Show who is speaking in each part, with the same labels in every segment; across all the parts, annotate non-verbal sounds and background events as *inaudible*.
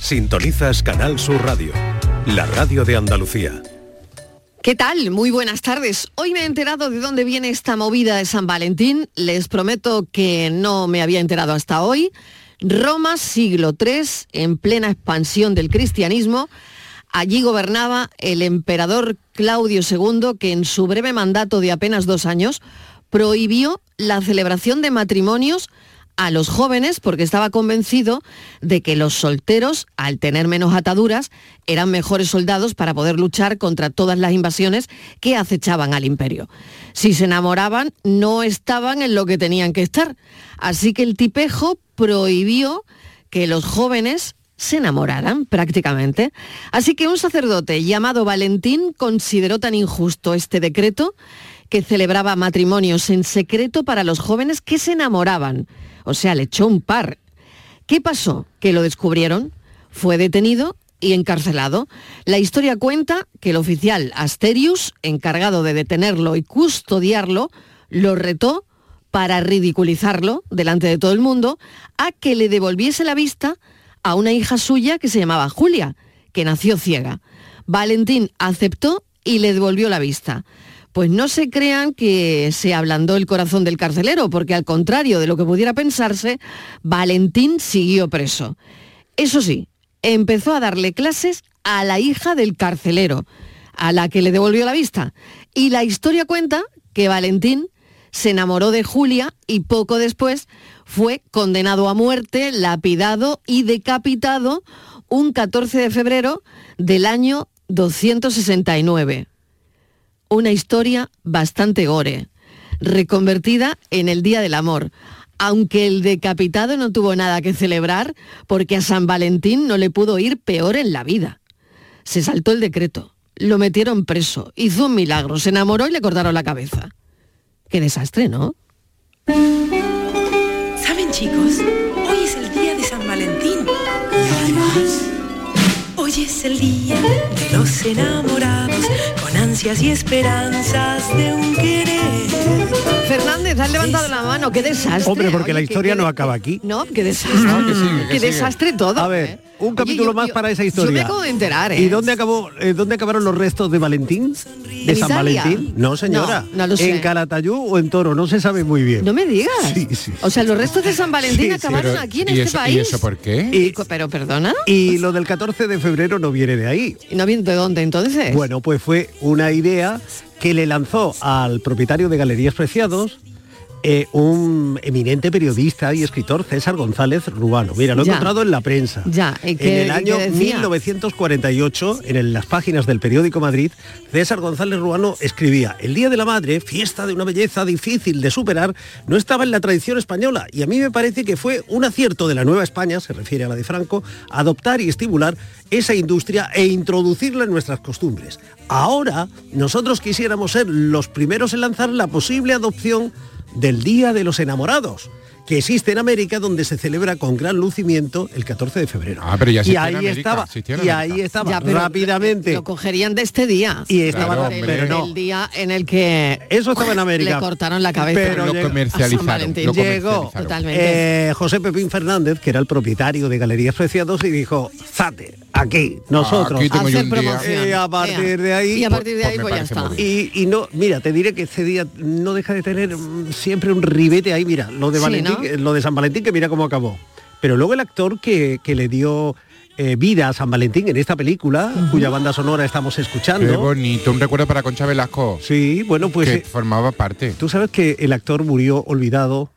Speaker 1: Sintonizas Canal Sur Radio, la radio de Andalucía.
Speaker 2: ¿Qué tal? Muy buenas tardes. Hoy me he enterado de dónde viene esta movida de San Valentín. Les prometo que no me había enterado hasta hoy. Roma, siglo III, en plena expansión del cristianismo. Allí gobernaba el emperador Claudio II, que en su breve mandato de apenas dos años prohibió la celebración de matrimonios a los jóvenes porque estaba convencido de que los solteros, al tener menos ataduras, eran mejores soldados para poder luchar contra todas las invasiones que acechaban al imperio. Si se enamoraban, no estaban en lo que tenían que estar. Así que el tipejo prohibió que los jóvenes se enamoraran prácticamente. Así que un sacerdote llamado Valentín consideró tan injusto este decreto que celebraba matrimonios en secreto para los jóvenes que se enamoraban. O sea, le echó un par. ¿Qué pasó? Que lo descubrieron, fue detenido y encarcelado. La historia cuenta que el oficial Asterius, encargado de detenerlo y custodiarlo, lo retó para ridiculizarlo delante de todo el mundo a que le devolviese la vista a una hija suya que se llamaba Julia, que nació ciega. Valentín aceptó y le devolvió la vista. Pues no se crean que se ablandó el corazón del carcelero, porque al contrario de lo que pudiera pensarse, Valentín siguió preso. Eso sí, empezó a darle clases a la hija del carcelero, a la que le devolvió la vista. Y la historia cuenta que Valentín se enamoró de Julia y poco después fue condenado a muerte, lapidado y decapitado un 14 de febrero del año 269. Una historia bastante gore, reconvertida en el Día del Amor, aunque el decapitado no tuvo nada que celebrar porque a San Valentín no le pudo ir peor en la vida. Se saltó el decreto, lo metieron preso, hizo un milagro, se enamoró y le cortaron la cabeza. Qué desastre, ¿no?
Speaker 3: ¿Saben, chicos? Hoy es el día de San Valentín. ¿Y además? Hoy es el día de los enamorados, con ansias y esperanzas de un querer.
Speaker 2: Fernández, has levantado la mano, qué desastre.
Speaker 4: Hombre, porque
Speaker 2: Oye,
Speaker 4: la
Speaker 2: qué-
Speaker 4: historia
Speaker 2: qué-
Speaker 4: no acaba aquí.
Speaker 2: No, qué desastre.
Speaker 4: No, que sigue, que
Speaker 2: qué
Speaker 4: sigue.
Speaker 2: desastre todo.
Speaker 4: A ver,
Speaker 2: ¿eh?
Speaker 4: un
Speaker 2: Oye,
Speaker 4: capítulo
Speaker 2: yo-
Speaker 4: más
Speaker 2: yo-
Speaker 4: para esa historia.
Speaker 2: Yo me acabo de enterar, ¿eh?
Speaker 4: ¿Y dónde acabó, eh, dónde acabaron los restos de Valentín? ¿De
Speaker 2: ¿En
Speaker 4: San
Speaker 2: Italia?
Speaker 4: Valentín? No, señora.
Speaker 2: No, no lo sé.
Speaker 4: ¿En Calatayú o en Toro? No se sabe muy bien.
Speaker 2: No me digas.
Speaker 4: Sí, sí.
Speaker 2: O sea, los restos de San Valentín
Speaker 4: Sí, sí.
Speaker 2: acabaron
Speaker 4: Pero,
Speaker 2: aquí en
Speaker 4: ¿y
Speaker 2: este
Speaker 4: eso- y
Speaker 2: país.
Speaker 4: eso por qué?
Speaker 2: Y- pero perdona.
Speaker 4: Y lo del 14 de febrero no viene de ahí.
Speaker 2: ¿Y no viene de dónde entonces?
Speaker 4: Bueno, pues fue una idea que le lanzó al propietario de Galerías Preciados, eh, un eminente periodista y escritor, César González Rubano. Mira, lo he
Speaker 2: Ya.
Speaker 4: encontrado en la prensa.
Speaker 2: Ya, ¿y
Speaker 4: en
Speaker 2: qué-
Speaker 4: el
Speaker 2: y
Speaker 4: año
Speaker 2: qué decía?
Speaker 4: 1948, en el- las páginas del periódico Madrid, César González Ruano escribía, el Día de la Madre, fiesta de una belleza difícil de superar, no estaba en la tradición española y a mí me parece que fue un acierto de la Nueva España, se refiere a la de Franco, adoptar y estimular esa industria e introducirla en nuestras costumbres. Ahora nosotros quisiéramos ser los primeros en lanzar la posible adopción del Día de los Enamorados que existe en América donde se celebra con gran lucimiento el 14 de febrero.
Speaker 5: Ah, pero
Speaker 4: y
Speaker 5: ya existía en
Speaker 4: ahí
Speaker 5: América,
Speaker 4: estaba,
Speaker 5: existía en
Speaker 4: y
Speaker 5: América.
Speaker 4: ahí estaba
Speaker 2: Ya, pero
Speaker 4: rápidamente.
Speaker 2: Lo cogerían de este día.
Speaker 4: Y estaba-
Speaker 5: Claro,
Speaker 2: el,
Speaker 5: hombre. pero no.
Speaker 2: el día en el que
Speaker 4: Eso estaba en América.
Speaker 2: le cortaron la cabeza.
Speaker 4: Pero
Speaker 5: lo
Speaker 4: llega-
Speaker 2: a San
Speaker 5: comercializaron.
Speaker 2: Valentín.
Speaker 5: Lo
Speaker 4: Llegó
Speaker 5: comercializaron.
Speaker 2: Totalmente.
Speaker 4: eh, José Pepín Fernández, que era el propietario de Galerías Preciados, y dijo, zate, aquí, nosotros.
Speaker 5: Aquí tengo yo
Speaker 2: Hacer
Speaker 5: un día.
Speaker 2: promoción.
Speaker 4: Y a partir
Speaker 2: Ea.
Speaker 4: de ahí,
Speaker 2: Y a partir de
Speaker 5: pues
Speaker 2: ahí,
Speaker 5: me
Speaker 2: pues ya
Speaker 5: parece
Speaker 2: está.
Speaker 5: muy bien.
Speaker 4: Y, y no, mira, te diré que este día no deja de tener mm, siempre un ribete ahí, mira, lo de
Speaker 2: Sí,
Speaker 4: Valentín,
Speaker 2: ¿no?
Speaker 4: eh, lo de San Valentín, que mira cómo acabó. Pero luego el actor que, que le dio eh, vida a San Valentín en esta película, cuya banda sonora estamos
Speaker 5: Qué
Speaker 4: escuchando.
Speaker 5: bonito, un recuerdo para Concha Velasco,
Speaker 4: Sí, bueno, pues
Speaker 5: que
Speaker 4: eh,
Speaker 5: formaba parte.
Speaker 4: tú sabes que el actor murió olvidado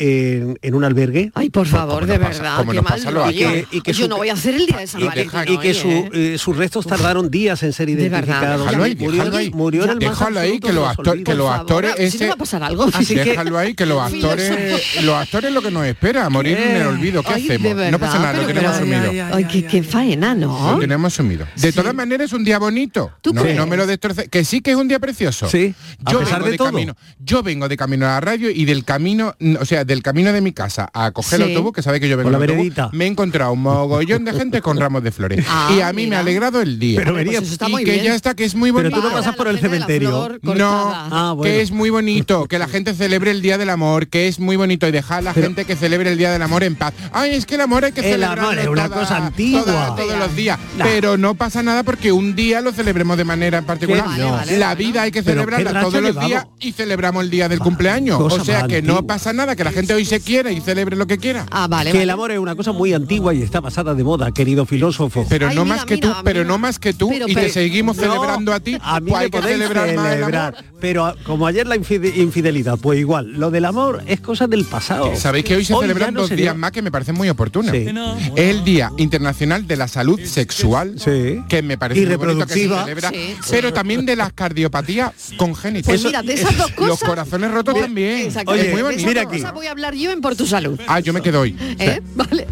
Speaker 4: en, en un albergue.
Speaker 2: Ay, por favor,
Speaker 5: como
Speaker 2: de
Speaker 5: nos Pues, pasa-
Speaker 2: verdad,
Speaker 5: como
Speaker 2: qué
Speaker 5: nos
Speaker 2: mal
Speaker 5: pasa lo
Speaker 2: rollo. Pues
Speaker 4: aquí. Y que
Speaker 2: Yo
Speaker 4: su-
Speaker 2: no voy a hacer el día de San
Speaker 5: y
Speaker 2: Valentín.
Speaker 5: deja-
Speaker 4: y que
Speaker 2: hoy,
Speaker 4: su-
Speaker 2: ¿eh?
Speaker 4: eh, sus restos tardaron días en ser
Speaker 2: verdad.
Speaker 4: identificados.
Speaker 5: Déjalo ahí,
Speaker 4: murió,
Speaker 5: déjalo ahí.
Speaker 4: murió en el más
Speaker 5: Déjalo ahí,
Speaker 4: absoluto
Speaker 5: que
Speaker 4: de
Speaker 5: los
Speaker 4: los
Speaker 5: actores-
Speaker 4: olvidos.
Speaker 5: que los
Speaker 2: Por
Speaker 5: actores
Speaker 2: favor, si no
Speaker 5: ese-
Speaker 2: va a pasar algo.
Speaker 4: Así que-
Speaker 5: Déjalo ahí que los
Speaker 4: *laughs*
Speaker 5: actores, los actores lo que nos espera, morir en el olvido, ¿qué
Speaker 2: Ay, de
Speaker 5: hacemos? No
Speaker 2: verdad,
Speaker 5: pasa nada,
Speaker 2: pero-
Speaker 5: lo tenemos
Speaker 2: pero-
Speaker 5: asumido.
Speaker 2: Ay, qué, qué faena,
Speaker 5: Lo
Speaker 2: ¿no?
Speaker 5: tenemos asumido. De todas maneras es un día bonito.
Speaker 2: ¿Tú
Speaker 5: no,
Speaker 2: crees?
Speaker 5: no me lo destroce. Que sí que es un día precioso.
Speaker 4: Sí, a pesar
Speaker 5: vengo
Speaker 4: de todo.
Speaker 5: Camino, yo vengo de camino a la radio y del camino, mm, o sea, salía del camino de mi casa a coger el
Speaker 6: Sí.
Speaker 5: autobús, que sabe que yo vengo
Speaker 4: Por la
Speaker 5: en autobús,
Speaker 4: veredita.
Speaker 5: me he encontrado un mogollón de gente con ramos de flores.
Speaker 4: Ah,
Speaker 5: y a mí me
Speaker 4: mira.
Speaker 5: ha alegrado el día.
Speaker 4: Pero Hombre, pues vería- eso está
Speaker 5: y
Speaker 4: muy
Speaker 5: que
Speaker 4: bien.
Speaker 5: ya está, que es muy
Speaker 4: Pero
Speaker 5: bonito.
Speaker 4: tú no pasas por el cementerio.
Speaker 5: No, que es muy bonito, que la gente celebre el Día del Amor, que es muy bonito y dejar a la gente que celebre el Día del Amor en paz. Ay, es que el amor hay que
Speaker 4: El
Speaker 5: celebrarlo
Speaker 4: amor es una
Speaker 5: toda-
Speaker 4: cosa antigua.
Speaker 5: toda- todos los días, pero no pasa nada porque un día lo celebremos de manera particular.
Speaker 4: Vale, vale,
Speaker 5: la vida hay que
Speaker 4: Pero qué
Speaker 5: celebrarla
Speaker 4: racha
Speaker 5: todos los
Speaker 4: llevamos.
Speaker 5: días y celebramos el día del cumpleaños.
Speaker 4: cosa
Speaker 5: O sea
Speaker 4: más
Speaker 5: que no
Speaker 4: antigua.
Speaker 5: pasa nada, que la gente hoy se quiere y celebre lo que quiera.
Speaker 2: Ah, vale.
Speaker 4: que el amor es una cosa muy antigua y está pasada de moda, querido filósofo.
Speaker 5: Pero no más que tú, pero no más que tú
Speaker 4: Pero,
Speaker 5: y te
Speaker 4: pero-
Speaker 5: seguimos
Speaker 4: No,
Speaker 5: celebrando a ti.
Speaker 4: A mí
Speaker 5: pues hay
Speaker 4: me
Speaker 5: que
Speaker 4: podéis
Speaker 5: celebrar más el amor.
Speaker 4: celebrar, pero a- como ayer la infide- infidelidad, pues igual, lo del amor es cosa del pasado.
Speaker 5: Sabéis que hoy se
Speaker 4: ya
Speaker 5: celebran
Speaker 4: no
Speaker 5: dos
Speaker 4: se
Speaker 5: días
Speaker 4: lleva-
Speaker 5: más que me parecen muy oportunos.
Speaker 4: Sí.
Speaker 5: Es el Día Internacional de la Salud Sexual, que me parece
Speaker 4: Y
Speaker 5: muy bonito que se
Speaker 4: reproductiva.
Speaker 5: celebra,
Speaker 4: Sí.
Speaker 5: pero también de las cardiopatías congénitas.
Speaker 2: Pues mira, de esas dos cosas...
Speaker 5: Los corazones rotos
Speaker 2: Ve-
Speaker 5: también.
Speaker 2: Exacto,
Speaker 5: Es
Speaker 2: de-
Speaker 5: muy
Speaker 2: de
Speaker 5: bonito.
Speaker 2: esas dos cosas voy a hablar yo en Por Tu Salud.
Speaker 5: Ah, yo me quedo hoy.
Speaker 2: ¿eh? *laughs* Vale.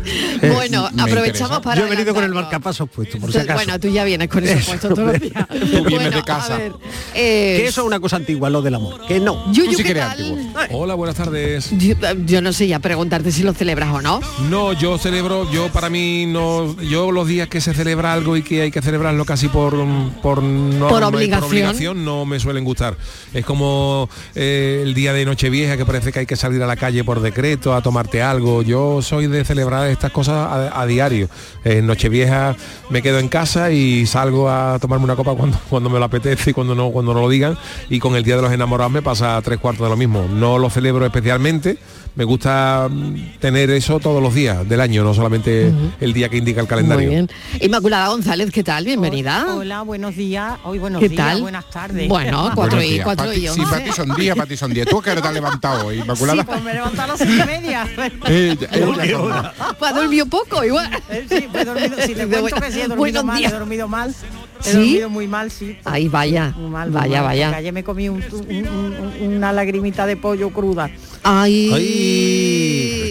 Speaker 2: Bueno,
Speaker 5: me
Speaker 2: aprovechamos
Speaker 5: interesa.
Speaker 2: para...
Speaker 5: Yo he venido
Speaker 4: con el
Speaker 2: adelantarlo.
Speaker 4: marcapasos puesto, por si
Speaker 2: Entonces,
Speaker 4: acaso.
Speaker 2: Bueno, tú ya vienes con eso
Speaker 4: Eso,
Speaker 2: puesto todos los días.
Speaker 4: Tú vienes de casa.
Speaker 2: ver, eh,
Speaker 4: Que eso es una cosa antigua, lo del amor. Que no. Pues,
Speaker 2: Yuyu, Tú sí ¿qué que eres tal? antiguo.
Speaker 7: Hola, buenas tardes.
Speaker 2: Yo, eh, yo no sé ya preguntarte si lo celebras o no.
Speaker 7: No, yo celebro, yo para mí no, yo los días que se celebra algo y que hay que celebrarlo casi por mm, por, no-
Speaker 2: Por
Speaker 7: no-
Speaker 2: obligación.
Speaker 7: obligación, no me suelen gustar. Es como eh, el día de Nochevieja que parece que hay que salir a la calle por decreto a tomarte algo. Yo soy de celebrar estas cosas a, a diario. En Nochevieja me quedo en casa y salgo a tomarme una copa cuando *laughs* cuando me lo apetece y cuando no cuando no lo digan. Y con el día de los enamorados me pasa tres cuartos de lo mismo. No lo celebro especialmente. Me gusta mm, tener eso todos los días del año, no solamente el día que indica el calendario.
Speaker 2: Muy bien. Inmaculada González, ¿qué tal? Bienvenida.
Speaker 8: Hola, buenos días. Hoy buenos
Speaker 2: ¿Qué
Speaker 8: días,
Speaker 2: tal?
Speaker 8: buenas tardes.
Speaker 2: Bueno, cuatro
Speaker 5: Buenos
Speaker 2: y
Speaker 5: días.
Speaker 2: cuatro
Speaker 5: Pati-
Speaker 2: y
Speaker 5: Sí,
Speaker 2: once.
Speaker 5: Pati son día, Pati son día. ¿Tú a qué hora te has levantado hoy, Inmaculada?
Speaker 8: Sí, pues me levanté a las seis y media. *laughs*
Speaker 5: Eh, ya- eh, ya son-
Speaker 2: Pues Ha dormido poco, igual.
Speaker 8: Sí, pues he dormido, sí,
Speaker 2: *laughs*
Speaker 8: te cuento que sí, he dormido
Speaker 2: Buenos
Speaker 8: mal, he
Speaker 2: días.
Speaker 8: dormido mal. He
Speaker 2: ¿Sí?
Speaker 8: dormido muy mal, sí.
Speaker 2: Ay, vaya.
Speaker 8: Muy mal, muy
Speaker 2: vaya,
Speaker 8: mal, porque
Speaker 2: vaya.
Speaker 8: Ayer me comí un- un- un- una lagrimita de pollo cruda.
Speaker 2: Ay,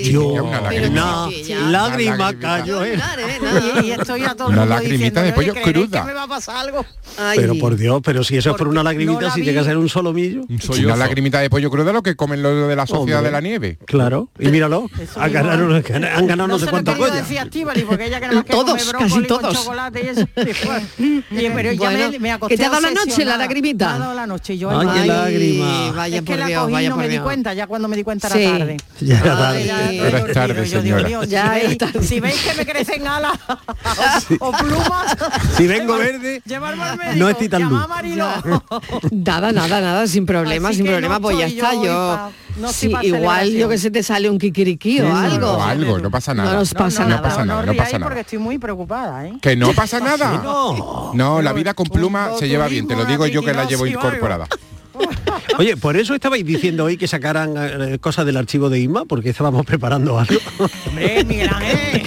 Speaker 5: Dios, una lágrima.
Speaker 4: Lágrima cayó, ¿eh?
Speaker 8: Y, y estoy a todo el
Speaker 4: Una
Speaker 8: mundo diciendo,
Speaker 4: lagrimita de
Speaker 8: "Oye,
Speaker 4: pollo
Speaker 8: ¿creeréis
Speaker 4: cruda".
Speaker 8: que me va a pasar algo?
Speaker 4: Pero por Dios, pero si eso es por una lagrimita,
Speaker 8: no la
Speaker 4: si
Speaker 8: vi.
Speaker 4: llega a ser un solomillo.
Speaker 5: Una lagrimita de pollo crudo lo que comen los de la sociedad
Speaker 4: Hombre.
Speaker 5: de la nieve.
Speaker 4: Claro, y míralo, han ganado, unos- han ganado no sé
Speaker 8: se lo
Speaker 4: cuántas
Speaker 8: he querido
Speaker 4: joyas.
Speaker 8: decir a Estíbaliz, porque ella que
Speaker 2: *laughs*
Speaker 8: nada más que
Speaker 2: Todos,
Speaker 8: come
Speaker 2: casi
Speaker 8: brócoli con
Speaker 2: todos.
Speaker 8: chocolate y eso, y
Speaker 2: *laughs*
Speaker 8: fue- y- pero ya
Speaker 2: Bueno,
Speaker 8: me, me acosté
Speaker 2: ¿que te ha dado la noche, la
Speaker 8: obsesionada.
Speaker 2: lagrimita?
Speaker 8: Me ha dado la noche. Yo
Speaker 2: Ay, qué
Speaker 8: Ay,
Speaker 2: lágrima. Vaya
Speaker 8: es que
Speaker 2: por
Speaker 8: la
Speaker 2: Dios,
Speaker 8: cogí y
Speaker 2: vaya
Speaker 8: no
Speaker 2: por
Speaker 8: me
Speaker 2: Dios.
Speaker 8: di cuenta, ya cuando me di cuenta
Speaker 2: Sí.
Speaker 8: era tarde.
Speaker 4: Ya era
Speaker 8: Ay,
Speaker 4: tarde.
Speaker 8: ya
Speaker 4: Ahora es
Speaker 8: he
Speaker 4: tarde,
Speaker 8: dormido. Yo, Dios
Speaker 4: señora.
Speaker 8: mío, si
Speaker 2: Ya
Speaker 8: veis-
Speaker 2: es tarde. Ah,
Speaker 8: Si veis que me crecen
Speaker 2: *laughs*
Speaker 8: alas o- o plumas. *laughs*
Speaker 4: Si vengo verde,
Speaker 8: llevarme al
Speaker 4: no es
Speaker 8: médico,
Speaker 4: Titan
Speaker 8: llamar a
Speaker 4: Luz.
Speaker 8: Marilo.
Speaker 2: Nada, nada, nada, sin problema,
Speaker 8: Así
Speaker 2: sin
Speaker 8: que no
Speaker 2: problema, pues ya
Speaker 8: estoy
Speaker 2: está.
Speaker 8: yo hoy
Speaker 2: Yo,
Speaker 8: pa- no estoy
Speaker 2: sí,
Speaker 8: pa
Speaker 2: igual yo que se te sale un kikiriki o algo.
Speaker 5: O algo, no pasa nada.
Speaker 2: No nos pasa nada.
Speaker 5: No pasa
Speaker 8: No
Speaker 5: nada, no
Speaker 8: ríais
Speaker 5: pasa
Speaker 8: porque
Speaker 5: nada.
Speaker 8: estoy muy preocupada, ¿eh?
Speaker 5: Que no pasa nada.
Speaker 4: No.
Speaker 5: No, la vida con pluma se lleva bien, te lo digo yo que la llevo
Speaker 8: Sí, algo.
Speaker 5: incorporada.
Speaker 4: Oye, por eso estabais diciendo hoy que sacaran eh, cosas del archivo de Isma, porque estábamos
Speaker 8: *laughs*
Speaker 4: preparando algo.
Speaker 8: Hombre, Miguel Ángel.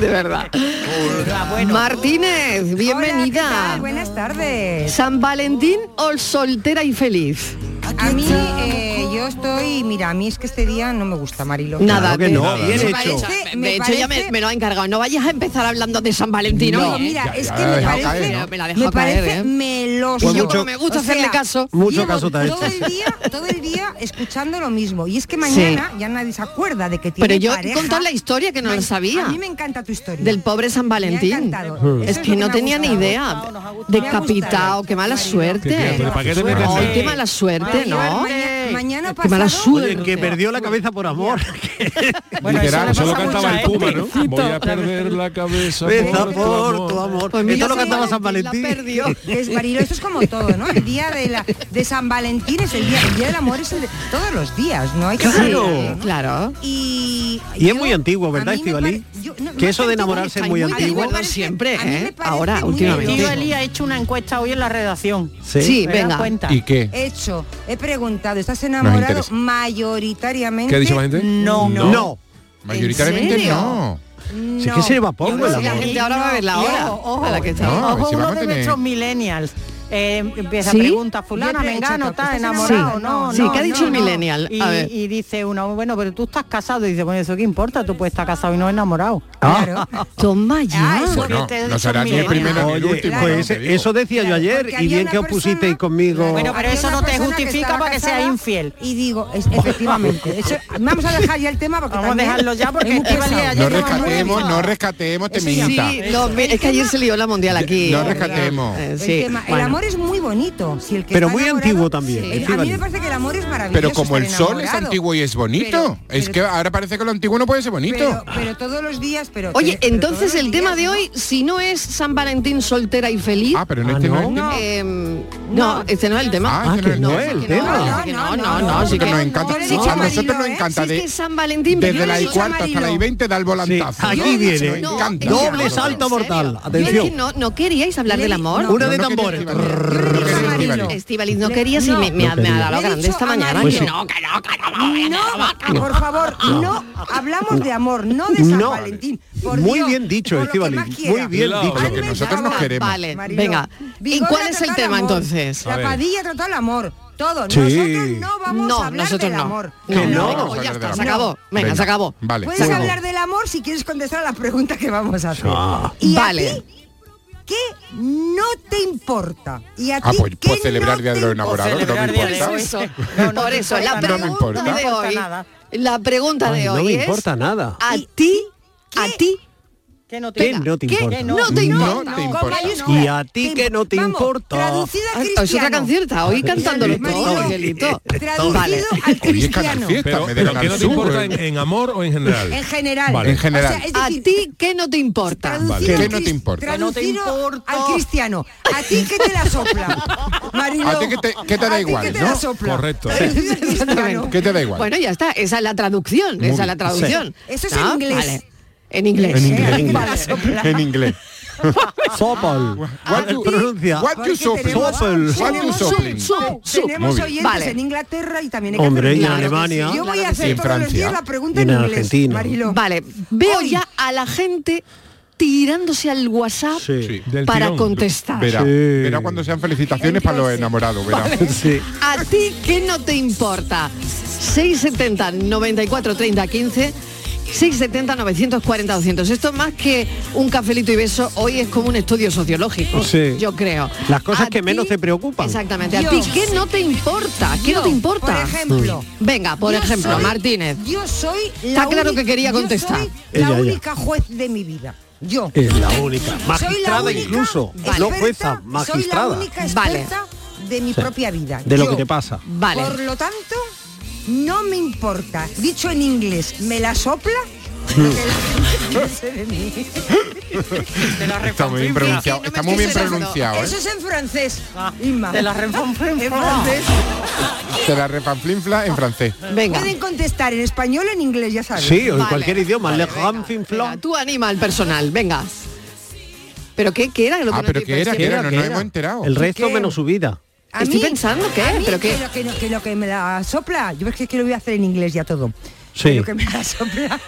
Speaker 2: De verdad.
Speaker 8: Ah,
Speaker 2: Martínez, bienvenida.
Speaker 9: Buenas tardes.
Speaker 2: San Valentín o soltera y feliz.
Speaker 9: A mí, eh, yo estoy, mira, a mí es que este día no me gusta, Marilo.
Speaker 2: Nada,
Speaker 4: que
Speaker 2: me-
Speaker 4: no, bien
Speaker 2: me
Speaker 4: hecho.
Speaker 2: parece-
Speaker 9: Me
Speaker 2: de hecho ya me,
Speaker 9: parece-
Speaker 2: me lo ha encargado. No vayas a empezar hablando de San Valentín.
Speaker 9: No,
Speaker 2: hoy, ¿eh?
Speaker 9: mira,
Speaker 5: Ya,
Speaker 9: es
Speaker 5: ya
Speaker 9: que
Speaker 5: la ha
Speaker 9: me
Speaker 5: dejado
Speaker 9: parece,
Speaker 5: caer,
Speaker 2: ¿no? Me la ha
Speaker 9: me
Speaker 2: dejado caer,
Speaker 9: parece
Speaker 2: ¿eh?
Speaker 9: meloso.
Speaker 2: Pues Yo mucho- como me gusta hacerle caso.
Speaker 4: mucho
Speaker 9: llevo
Speaker 4: caso te ha
Speaker 9: todo este
Speaker 4: hecho.
Speaker 9: el día, todo el día escuchando lo mismo. Y es que mañana ya nadie se acuerda de que tiene
Speaker 2: Pero yo he
Speaker 9: pareja.
Speaker 2: contado la historia que no, la sabía.
Speaker 9: A mí me encanta tu historia.
Speaker 2: Del pobre San Valentín.
Speaker 9: encantado.
Speaker 2: Es
Speaker 9: Eso es
Speaker 2: que
Speaker 9: lo que
Speaker 2: no
Speaker 9: me ha
Speaker 2: tenía ni
Speaker 9: gustado.
Speaker 2: idea.
Speaker 8: Nos ha gustado.
Speaker 2: Decapitado, qué mala
Speaker 7: Qué tía,
Speaker 2: suerte.
Speaker 7: pero ¿para qué te
Speaker 2: Ay,
Speaker 7: metes ahí?
Speaker 2: qué mala suerte,
Speaker 8: Ay,
Speaker 2: ¿no?
Speaker 9: Maña- mañana
Speaker 2: Qué mala
Speaker 9: pasado
Speaker 4: Oye,
Speaker 2: suerte.
Speaker 4: que perdió la cabeza por amor. *laughs*
Speaker 8: Bueno, eso
Speaker 5: Literal,
Speaker 8: le
Speaker 5: solo
Speaker 8: pasa mucho ¿eh?
Speaker 5: cantaba el
Speaker 8: a él.
Speaker 5: Puma, ¿no?
Speaker 7: Voy a perder la cabeza
Speaker 4: Besa
Speaker 7: por tu
Speaker 4: por tu
Speaker 7: amor.
Speaker 4: amor.
Speaker 2: Pues mira,
Speaker 4: Esto lo
Speaker 2: San
Speaker 8: ¿eh?
Speaker 4: cantaba San Valentín.
Speaker 2: La perdió.
Speaker 9: Es Marilo, esto es como todo, ¿no? El día de, la, de San Valentín es el día, el día del amor es el de todos los días, ¿no? Hay que eh,
Speaker 4: Claro.
Speaker 9: celebrarlo, ¿no?
Speaker 2: Claro.
Speaker 9: Y,
Speaker 4: Y es
Speaker 9: yo-
Speaker 4: muy antiguo,
Speaker 9: a
Speaker 4: ¿verdad,
Speaker 9: mí me
Speaker 4: Estivali?
Speaker 9: pare- yo- no,
Speaker 4: Que
Speaker 9: me
Speaker 4: eso de
Speaker 9: parece-
Speaker 4: enamorarse es
Speaker 2: Estáis
Speaker 4: muy
Speaker 2: muy de
Speaker 4: antiguo.
Speaker 2: acuerdo
Speaker 9: parece-
Speaker 2: siempre,
Speaker 9: a mí me
Speaker 2: ¿eh?
Speaker 9: parece
Speaker 2: Ahora,
Speaker 9: muy
Speaker 8: El
Speaker 2: últimamente.
Speaker 8: tío Eli ha hecho una encuesta hoy en las redacción.
Speaker 4: Sí.
Speaker 2: Sí,
Speaker 8: ¿Te das
Speaker 2: venga.
Speaker 8: cuenta?
Speaker 5: ¿Y qué?
Speaker 9: hecho, he preguntado, ¿estás
Speaker 5: Nos
Speaker 9: enamorado
Speaker 5: interesa.
Speaker 9: mayoritariamente?
Speaker 7: ¿Qué ha dicho la gente?
Speaker 8: No.
Speaker 4: No.
Speaker 5: Mayoritariamente
Speaker 2: serio?
Speaker 5: no.
Speaker 9: No.
Speaker 4: Si es que se va poco
Speaker 2: Pues
Speaker 4: el
Speaker 2: si la
Speaker 4: amor.
Speaker 2: gente ahora va a ver la
Speaker 8: Y
Speaker 2: hora
Speaker 8: ojo, ojo.
Speaker 2: a la que está.
Speaker 5: No,
Speaker 8: Ojo,
Speaker 5: si
Speaker 8: uno
Speaker 5: vamos
Speaker 8: de
Speaker 5: a tener-
Speaker 8: nuestros millennials. eh, empieza
Speaker 2: ¿Sí?
Speaker 8: pregunta fulana,
Speaker 9: Yo te he hecho
Speaker 8: mengano,
Speaker 9: otra,
Speaker 8: está
Speaker 9: ¿estás
Speaker 8: enamorado,
Speaker 9: enamorado?
Speaker 8: no,
Speaker 9: Sí,
Speaker 8: no,
Speaker 2: ¿qué ha dicho
Speaker 8: no,
Speaker 2: el
Speaker 8: no.
Speaker 2: millennial? A
Speaker 8: Y,
Speaker 2: ver.
Speaker 8: y dice uno, bueno, pero tú estás casado, y dice, bueno, eso qué importa, tú puedes estar casado y no enamorado.
Speaker 2: Ah.
Speaker 9: Claro.
Speaker 2: Toma ya.
Speaker 9: Ah, eso
Speaker 8: Porque
Speaker 5: Bueno,
Speaker 8: te he
Speaker 5: no
Speaker 8: dicho
Speaker 5: será ni el
Speaker 8: milenial.
Speaker 5: primero ni el
Speaker 4: Oye,
Speaker 5: último.
Speaker 9: claro,
Speaker 4: pues
Speaker 5: te digo.
Speaker 4: eso decía yo
Speaker 9: Claro,
Speaker 4: ayer
Speaker 9: porque
Speaker 4: y
Speaker 9: había
Speaker 4: bien
Speaker 9: una
Speaker 4: que os
Speaker 9: persona-
Speaker 4: pusisteis conmigo.
Speaker 8: Bueno, pero
Speaker 9: Había
Speaker 8: eso
Speaker 9: una
Speaker 8: no te
Speaker 9: persona que
Speaker 8: justifica
Speaker 9: estaba
Speaker 8: para que
Speaker 9: casada
Speaker 8: seas infiel.
Speaker 9: Y digo, es- efectivamente. eso- vamos a dejar ya el tema porque
Speaker 8: Vamos a
Speaker 9: también
Speaker 8: dejarlo ya porque
Speaker 9: es muy
Speaker 8: este valía
Speaker 9: pesado.
Speaker 8: ayer.
Speaker 5: No
Speaker 8: Yo llevo
Speaker 5: rescatemos,
Speaker 8: nueve.
Speaker 5: no rescatemos, temita.
Speaker 2: Sí, no, me- es que ayer se lió la mundial aquí.
Speaker 5: No rescatemos.
Speaker 2: Eh,
Speaker 9: El,
Speaker 2: sí,
Speaker 9: tema- el
Speaker 2: bueno.
Speaker 9: amor es muy bonito. Si el que
Speaker 4: Pero
Speaker 9: está
Speaker 4: muy
Speaker 9: enamorado-
Speaker 4: antiguo también,
Speaker 9: Sí. A mí
Speaker 4: Estíbaliz.
Speaker 9: me parece que el amor es maravilloso.
Speaker 5: Pero como el
Speaker 9: estar
Speaker 5: sol es
Speaker 9: enamorado.
Speaker 5: antiguo y es
Speaker 9: Pero-
Speaker 5: bonito. Es
Speaker 9: pero-
Speaker 5: que ahora parece que lo antiguo no puede ser bonito.
Speaker 9: Pero, pero todos los días, pero...
Speaker 2: Oye,
Speaker 9: pero- pero
Speaker 2: entonces
Speaker 9: todos los
Speaker 2: el
Speaker 9: días,
Speaker 2: tema de
Speaker 9: ¿no?
Speaker 2: hoy, si no es San Valentín soltera y feliz,
Speaker 5: Ah, pero no
Speaker 4: Ah,
Speaker 5: este no
Speaker 4: no.
Speaker 5: es el tema.
Speaker 2: eh, no, este no es el tema.
Speaker 5: Ah, este
Speaker 4: que no es el
Speaker 2: que
Speaker 4: tema.
Speaker 2: no, que no, no, no, sí
Speaker 5: porque
Speaker 2: que-
Speaker 5: nos encanta.
Speaker 9: no,
Speaker 5: Sí,
Speaker 9: no,
Speaker 5: a nosotros
Speaker 9: no,
Speaker 5: nos
Speaker 9: ¿eh?
Speaker 5: encanta.
Speaker 2: Si es
Speaker 5: de-
Speaker 2: que es San Valentín, pero
Speaker 5: desde
Speaker 2: yo
Speaker 5: la
Speaker 2: no
Speaker 5: I
Speaker 2: he dicho
Speaker 5: cuarta hasta la I
Speaker 9: Amarillo.
Speaker 5: 20 da el volantazo.
Speaker 4: Sí, aquí
Speaker 5: Nos
Speaker 4: viene.
Speaker 2: No,
Speaker 5: encanta.
Speaker 2: es que
Speaker 4: Doble
Speaker 2: no,
Speaker 4: salto
Speaker 2: en serio.
Speaker 4: mortal.
Speaker 2: Yo es que
Speaker 4: Atención.
Speaker 2: no, no queríais hablar del amor.
Speaker 4: Una de
Speaker 5: No, no quería
Speaker 4: tambores.
Speaker 5: que iba
Speaker 9: Yo
Speaker 5: a-
Speaker 9: dije
Speaker 5: Qué
Speaker 9: amarillo.
Speaker 5: divertido.
Speaker 2: Estivalis, no querías y me, me ha, me ha dado
Speaker 9: Le he
Speaker 2: grande
Speaker 9: dicho
Speaker 2: esta mañana.
Speaker 9: amarillo.
Speaker 2: que no, que no, que no, me voy a quedar vaca.
Speaker 9: No, por favor, no hablamos de amor, no de San
Speaker 4: No.
Speaker 9: Valentín. por
Speaker 4: Muy
Speaker 9: Dios,
Speaker 4: bien dicho,
Speaker 9: por lo que
Speaker 4: Estíbaliz,
Speaker 9: más quiera.
Speaker 4: muy bien
Speaker 7: Claro,
Speaker 5: lo
Speaker 4: dicho.
Speaker 5: que
Speaker 9: Hazme
Speaker 5: nosotros
Speaker 9: la
Speaker 5: nos
Speaker 9: boca,
Speaker 5: queremos.
Speaker 2: Vale,
Speaker 9: Mariló.
Speaker 2: venga. ¿Y
Speaker 9: Vigorra
Speaker 2: cuál es el
Speaker 9: trató al
Speaker 2: tema
Speaker 9: amor.
Speaker 2: entonces?
Speaker 7: A
Speaker 9: La
Speaker 7: ver.
Speaker 9: padilla trató al amor. Todo.
Speaker 4: Sí.
Speaker 9: Nosotros no vamos
Speaker 2: No,
Speaker 9: a hablar
Speaker 2: nosotros
Speaker 9: del
Speaker 2: no.
Speaker 9: amor.
Speaker 4: Que no.
Speaker 2: venga,
Speaker 4: No.
Speaker 2: pues ya está, se acabó. Venga, se acabó.
Speaker 5: Vale.
Speaker 9: Puedes
Speaker 5: fuego.
Speaker 9: hablar del amor si quieres contestar a la pregunta que vamos a hacer.
Speaker 4: Ah.
Speaker 9: Y
Speaker 2: Vale.
Speaker 9: a ti, ¿qué no te importa? Y a
Speaker 5: Ah,
Speaker 9: ti,
Speaker 5: pues-
Speaker 9: ¿qué
Speaker 5: pues celebrar
Speaker 9: no
Speaker 5: Día de
Speaker 9: te
Speaker 5: los
Speaker 9: importa?
Speaker 5: Enamorados, no me
Speaker 8: Celebrar Día de
Speaker 5: importa.
Speaker 8: los
Speaker 2: Eso.
Speaker 8: No, no
Speaker 2: Por
Speaker 8: me
Speaker 2: eso, la
Speaker 8: importa
Speaker 2: pregunta
Speaker 5: nada. No me
Speaker 2: de
Speaker 8: importa
Speaker 2: hoy.
Speaker 8: nada.
Speaker 2: La pregunta
Speaker 4: Ay,
Speaker 2: de
Speaker 4: no me
Speaker 2: hoy es
Speaker 4: importa nada.
Speaker 2: a ti, a
Speaker 9: ¿Qué?
Speaker 2: ti,
Speaker 8: Que no te
Speaker 4: ¿Qué no te
Speaker 2: ¿Qué?
Speaker 4: importa?
Speaker 8: No
Speaker 2: no te
Speaker 5: No
Speaker 2: importa.
Speaker 5: te importa.
Speaker 4: Y a ti que no te
Speaker 9: Vamos,
Speaker 4: importa.
Speaker 9: Traducido
Speaker 2: Ah,
Speaker 9: al
Speaker 2: Es otra
Speaker 9: cristiano.
Speaker 2: canción, está hoy cantándolo
Speaker 9: Mariló,
Speaker 2: todo, Miguelito.
Speaker 9: Traducido
Speaker 2: Vale.
Speaker 9: al
Speaker 5: Oye, Canal
Speaker 9: cristiano.
Speaker 5: Fiesta,
Speaker 7: Pero,
Speaker 5: me
Speaker 7: pero
Speaker 5: dejan
Speaker 7: ¿qué
Speaker 5: al
Speaker 7: no te
Speaker 5: sur,
Speaker 7: importa
Speaker 5: eh.
Speaker 7: en, en amor o en general?
Speaker 9: En general.
Speaker 7: Vale.
Speaker 5: En general.
Speaker 9: O sea, es
Speaker 2: A
Speaker 9: decir,
Speaker 2: ti que no te importa.
Speaker 9: traducido
Speaker 5: Vale.
Speaker 9: al
Speaker 5: ¿Qué no te
Speaker 9: cris-
Speaker 5: importa?
Speaker 9: traducido
Speaker 8: Que no te importa.
Speaker 9: al cristiano. A ti que te la
Speaker 8: *laughs*
Speaker 9: sopla. Mariló.
Speaker 5: A ti que te- que te da
Speaker 9: A ti
Speaker 5: igual,
Speaker 9: que te
Speaker 5: ¿no?
Speaker 9: la sopla. *laughs*
Speaker 7: Correcto.
Speaker 9: Traducido al cristiano.
Speaker 5: ¿Qué te da igual?
Speaker 2: Bueno, ya está, esa es la traducción, esa es la
Speaker 5: bien.
Speaker 2: traducción.
Speaker 9: Sí. Eso es en inglés.
Speaker 2: Vale. En inglés.
Speaker 5: En
Speaker 9: Eh, a
Speaker 6: *laughs*
Speaker 5: inglés.
Speaker 9: ti que te la sopla.
Speaker 5: En inglés.
Speaker 4: Sopal.
Speaker 6: Ah,
Speaker 5: What
Speaker 4: Eh,
Speaker 5: you-
Speaker 4: pronuncia.
Speaker 5: What
Speaker 9: Porque
Speaker 5: you sopling.
Speaker 9: tenemos-
Speaker 4: Sopel.
Speaker 5: What you
Speaker 9: tenemos-
Speaker 5: sopling.
Speaker 2: Su- su-
Speaker 9: Tenemos
Speaker 5: Muy bien.
Speaker 9: oyentes
Speaker 2: Vale.
Speaker 9: en Inglaterra y también hay que
Speaker 4: Hombre,
Speaker 9: hacer-
Speaker 4: y en
Speaker 2: Claro que
Speaker 4: Alemania.
Speaker 2: sí.
Speaker 9: Yo voy a
Speaker 2: Claro que
Speaker 9: hacer
Speaker 5: sí.
Speaker 9: todos
Speaker 5: En
Speaker 9: los días
Speaker 5: Francia.
Speaker 9: la pregunta
Speaker 4: Y
Speaker 9: en,
Speaker 4: en
Speaker 9: inglés,
Speaker 4: Argentina.
Speaker 9: Mariló.
Speaker 2: Vale, veo
Speaker 9: Hoy-
Speaker 2: ya a la gente tirándose al WhatsApp
Speaker 4: Sí.
Speaker 7: Sí, del
Speaker 2: para
Speaker 7: tirón.
Speaker 2: contestar.
Speaker 5: Verá,
Speaker 4: Sí.
Speaker 5: verá cuando sean felicitaciones para los enamorados, verá.
Speaker 4: Sí.
Speaker 2: A ti que no te importa. 670 94 30 15 670 940 200. Esto es más que un cafelito y beso, hoy es como un estudio sociológico,
Speaker 4: Sí.
Speaker 2: yo creo.
Speaker 4: Las cosas que
Speaker 2: ti-
Speaker 4: menos te preocupan.
Speaker 2: Exactamente.
Speaker 9: Yo.
Speaker 2: A ti qué no te importa, qué
Speaker 9: Yo,
Speaker 2: no te importa.
Speaker 9: por ejemplo.
Speaker 2: Venga, por
Speaker 9: Yo
Speaker 2: ejemplo,
Speaker 9: soy-
Speaker 2: Martínez.
Speaker 9: Yo soy la
Speaker 2: Está claro
Speaker 9: única-
Speaker 2: que quería contestar.
Speaker 9: Yo soy la
Speaker 4: Ella, ella.
Speaker 9: única juez de mi vida. Yo.
Speaker 4: Es la única.
Speaker 9: soy la
Speaker 4: Magistrada
Speaker 9: única
Speaker 4: incluso.
Speaker 9: experta,
Speaker 4: No jueza,
Speaker 9: Soy
Speaker 4: magistrada.
Speaker 9: la única
Speaker 2: Vale.
Speaker 9: experta de mi propia vida.
Speaker 4: De lo
Speaker 9: Yo.
Speaker 4: que te pasa.
Speaker 2: Vale.
Speaker 9: Por lo tanto, no me importa. Dicho en inglés, me la
Speaker 4: *laughs*
Speaker 9: sopla. lo que la gente piense de mí.
Speaker 5: Está muy bien pronunciado.
Speaker 2: no me
Speaker 5: Está muy bien
Speaker 2: estoy sonando.
Speaker 5: pronunciado, ¿eh?
Speaker 9: Eso es en francés.
Speaker 8: Ah,
Speaker 9: Inma.
Speaker 8: te la refonfrenfla.
Speaker 9: En francés.
Speaker 5: ¿eh? Se la repanflinfla en francés.
Speaker 2: Venga.
Speaker 9: Pueden contestar en español o en inglés, ya sabes.
Speaker 4: Sí, o en
Speaker 2: Vale,
Speaker 4: cualquier idioma.
Speaker 2: vale,
Speaker 4: Le
Speaker 2: venga, Ah,
Speaker 4: Hanfin
Speaker 2: venga, Tú anima al personal, venga. ¿Pero qué, qué era? Lo que
Speaker 5: Ah,
Speaker 2: no
Speaker 5: pero
Speaker 2: te
Speaker 5: ¿qué era?
Speaker 2: parecía?
Speaker 5: ¿Qué era? No nos hemos enterado.
Speaker 4: El resto
Speaker 9: ¿Qué?
Speaker 4: menos
Speaker 2: *laughs*
Speaker 4: su vida.
Speaker 9: A
Speaker 2: Estoy pensando, ¿qué?
Speaker 9: a mí
Speaker 2: ¿Pero qué?
Speaker 9: Que lo que, no- que lo que me la sopla. Yo es que, que lo voy a hacer en inglés ya todo.
Speaker 4: Sí.
Speaker 9: Que Lo que me la
Speaker 4: *laughs*
Speaker 9: sopla.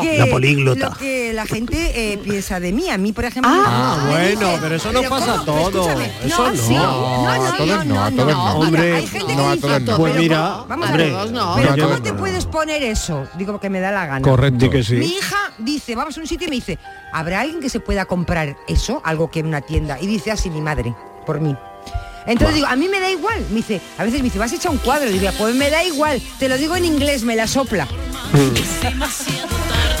Speaker 9: Que
Speaker 4: La políglota.
Speaker 9: Lo que la gente eh, piensa de mí. A mí, por ejemplo.
Speaker 2: Ah,
Speaker 9: me
Speaker 4: bueno,
Speaker 9: dicen,
Speaker 4: pero eso no pasa a
Speaker 9: Pero Pues
Speaker 4: todos.
Speaker 9: escúchame,
Speaker 4: Eso no.
Speaker 9: sí,
Speaker 5: No, a todos no, a todos no.
Speaker 4: Hombre,
Speaker 9: hay gente que
Speaker 5: no, a
Speaker 9: dice,
Speaker 5: todos no.
Speaker 9: pero
Speaker 4: Pues
Speaker 9: ¿cómo?
Speaker 4: mira,
Speaker 9: vamos
Speaker 4: hombre,
Speaker 9: a ver.
Speaker 2: no.
Speaker 9: Pero
Speaker 5: No, a
Speaker 9: ¿cómo
Speaker 5: todos
Speaker 9: te
Speaker 5: no.
Speaker 9: puedes poner eso? Digo porque me da la gana.
Speaker 7: Correcto.
Speaker 4: Di que sí.
Speaker 9: Mi hija dice, vamos a un sitio y me dice, ¿habrá alguien que se pueda comprar eso? Algo que en una tienda. Y dice así mi madre, por mí. Entonces digo, a mí me da igual. Me dice, a veces me dice, vas a echar un cuadro. Y digo, pues me da igual. Te lo digo en inglés, me la sopla.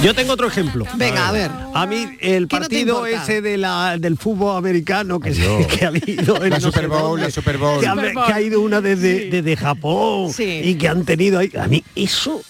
Speaker 4: Yo tengo otro ejemplo.
Speaker 2: Venga, a ver.
Speaker 4: A mí el
Speaker 2: ¿Qué no te
Speaker 4: partido
Speaker 2: importa?
Speaker 4: ese de la, del fútbol americano que, se-
Speaker 5: Adiós.
Speaker 4: que ha habido en
Speaker 5: La
Speaker 4: no sé
Speaker 5: Super Bowl,
Speaker 4: dónde,
Speaker 5: la Super Bowl.
Speaker 4: Que ha,
Speaker 5: Super
Speaker 4: que ha ido una desde, desde Japón
Speaker 2: Sí.
Speaker 4: y que han tenido ahí. A mí eso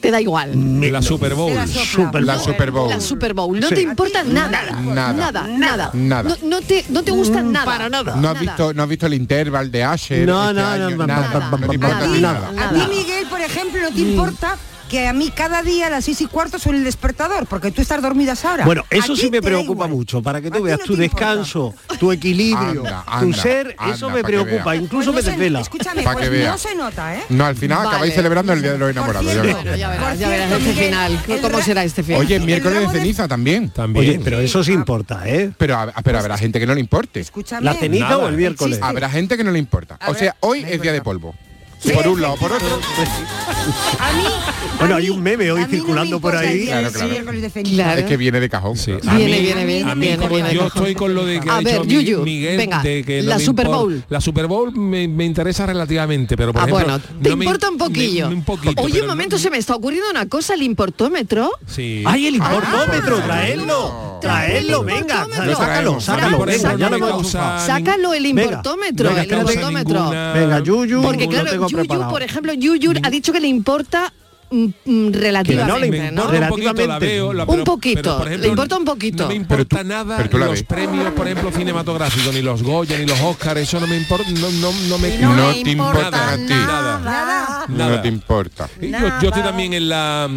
Speaker 2: Te da igual.
Speaker 4: me
Speaker 7: La Super Bowl.
Speaker 9: Te la sopla.
Speaker 4: Super
Speaker 5: La
Speaker 4: Bowl.
Speaker 5: Super Bowl.
Speaker 2: La Super Bowl. No
Speaker 4: Sí.
Speaker 2: te importa nada.
Speaker 5: Nada.
Speaker 2: Nada. Nada.
Speaker 5: Nada.
Speaker 2: No, no te, no te gusta nada.
Speaker 4: para nada.
Speaker 5: No has visto, no has visto el interval de Asher.
Speaker 4: No,
Speaker 5: este
Speaker 4: no, no,
Speaker 5: año?
Speaker 4: no,
Speaker 5: nada,
Speaker 4: no,
Speaker 5: no te importa
Speaker 9: A
Speaker 2: nada,
Speaker 9: ti,
Speaker 5: nada.
Speaker 7: Mm.
Speaker 9: a ti, Miguel, por ejemplo, no te importa que a mí cada día a las seis y cuarto suena el despertador, porque tú estás dormida a esa hora.
Speaker 4: Bueno,
Speaker 9: A
Speaker 4: eso
Speaker 9: ti
Speaker 4: sí
Speaker 9: te
Speaker 4: me
Speaker 9: da
Speaker 4: preocupa
Speaker 9: igual.
Speaker 4: mucho, para que
Speaker 9: A
Speaker 4: tú
Speaker 9: ti
Speaker 4: veas
Speaker 9: no
Speaker 4: tu
Speaker 9: te importa.
Speaker 4: descanso, tu equilibrio,
Speaker 5: Anda,
Speaker 4: tu
Speaker 5: anda,
Speaker 4: ser,
Speaker 5: anda,
Speaker 4: eso
Speaker 5: pa'
Speaker 4: me
Speaker 5: que
Speaker 4: preocupa,
Speaker 5: vea.
Speaker 4: incluso
Speaker 9: Pues
Speaker 4: me
Speaker 9: no se-
Speaker 4: desvela.
Speaker 9: Escúchame,
Speaker 5: Pa' que
Speaker 9: pues
Speaker 5: vea.
Speaker 9: no se nota, ¿eh?
Speaker 2: Mm.
Speaker 5: No, al final
Speaker 2: Vale.
Speaker 5: acabáis celebrando el Día de los Enamorados. ya
Speaker 9: cierto,
Speaker 5: ves.
Speaker 2: Bueno, ya verás,
Speaker 9: Por
Speaker 2: ya verás
Speaker 9: cierto,
Speaker 2: este
Speaker 9: Miguel,
Speaker 2: final.
Speaker 9: el
Speaker 2: ¿Cómo
Speaker 9: ra-
Speaker 2: será este final?
Speaker 5: Oye,
Speaker 9: El
Speaker 5: miércoles de
Speaker 9: ramo de-
Speaker 5: ceniza también.
Speaker 7: También.
Speaker 4: Oye, pero eso sí importa, ¿eh?
Speaker 5: Pero, a- pero habrá gente que no le importe.
Speaker 9: Escúchame.
Speaker 4: La ceniza
Speaker 7: Nada.
Speaker 4: o el miércoles.
Speaker 2: Existe.
Speaker 5: Habrá gente que no le importa. O
Speaker 9: Habrá-
Speaker 5: sea, hoy
Speaker 9: Es
Speaker 5: es día de
Speaker 9: verdad.
Speaker 5: polvo.
Speaker 9: Sí,
Speaker 5: por un lado, por otro.
Speaker 9: *laughs* A mí,
Speaker 4: Bueno,
Speaker 9: a
Speaker 4: hay
Speaker 9: mí-
Speaker 4: un meme hoy
Speaker 9: a mí no me
Speaker 4: circulando por
Speaker 9: importa el
Speaker 4: ahí.
Speaker 9: día de
Speaker 5: Claro, claro.
Speaker 9: miércoles de ceniza.
Speaker 2: Claro.
Speaker 5: Es que viene de cajón.
Speaker 7: Sí.
Speaker 5: claro.
Speaker 7: A
Speaker 2: Viene,
Speaker 7: mí-
Speaker 2: viene, viene,
Speaker 7: a mí,
Speaker 2: viene, viene.
Speaker 7: yo estoy con lo de que
Speaker 2: A
Speaker 7: ha
Speaker 2: ver,
Speaker 7: dicho Mi-
Speaker 2: Yuyu,
Speaker 7: Miguel
Speaker 2: venga,
Speaker 7: de que no
Speaker 2: la
Speaker 7: me
Speaker 2: Super
Speaker 7: impor-
Speaker 2: Bowl.
Speaker 7: La Super Bowl me, me interesa relativamente, pero por
Speaker 2: Ah,
Speaker 7: ejemplo,
Speaker 2: bueno, te
Speaker 7: no me-
Speaker 2: importa un poquillo.
Speaker 7: me- un poquito,
Speaker 2: Oye,
Speaker 7: pero
Speaker 2: un
Speaker 7: no-
Speaker 2: momento, se me está ocurriendo una cosa, el importómetro.
Speaker 7: Sí.
Speaker 4: ¡Ay, el importómetro!
Speaker 5: Ah,
Speaker 4: ¡Traedlo!
Speaker 5: no.
Speaker 4: ¡Traedlo! ¡Venga!
Speaker 2: Importómetro.
Speaker 4: ¡Sácalo!
Speaker 7: Lo traemos,
Speaker 4: ¡Sácalo!
Speaker 7: por ejemplo,
Speaker 4: ¡Venga! Ya
Speaker 7: no
Speaker 4: lo
Speaker 7: me
Speaker 4: hemos
Speaker 7: causa
Speaker 4: buscado.
Speaker 7: ningún-
Speaker 2: Sácalo el
Speaker 4: Venga,
Speaker 2: importómetro,
Speaker 4: venga,
Speaker 2: el
Speaker 4: espérate.
Speaker 2: importómetro.
Speaker 4: Venga, Yuyu,
Speaker 2: Porque
Speaker 4: no
Speaker 2: claro,
Speaker 4: tengo
Speaker 2: Yuyu,
Speaker 4: preparado.
Speaker 2: por ejemplo, Yuyu ha dicho que le importa mm, mm,
Speaker 4: Que
Speaker 2: relativamente,
Speaker 4: no le
Speaker 7: Me
Speaker 4: ¿no?
Speaker 7: importa un poquito, la
Speaker 4: Relativamente.
Speaker 7: veo, la-
Speaker 2: Un
Speaker 7: pero-
Speaker 2: poquito,
Speaker 7: pero, por
Speaker 2: le
Speaker 7: ejemplo,
Speaker 2: importa un poquito.
Speaker 7: No me importa
Speaker 5: Pero tú-
Speaker 7: nada
Speaker 5: pero tú la
Speaker 7: los
Speaker 5: ves.
Speaker 7: premios, por ejemplo, cinematográficos, ni los Goya, ni los Oscar, eso no me importa, no, no, no me
Speaker 5: no No me te importa importa a ti.
Speaker 7: nada.
Speaker 9: Nada.
Speaker 7: Nada.
Speaker 5: No te importa.
Speaker 7: Ah. Y Yo, yo estoy también en la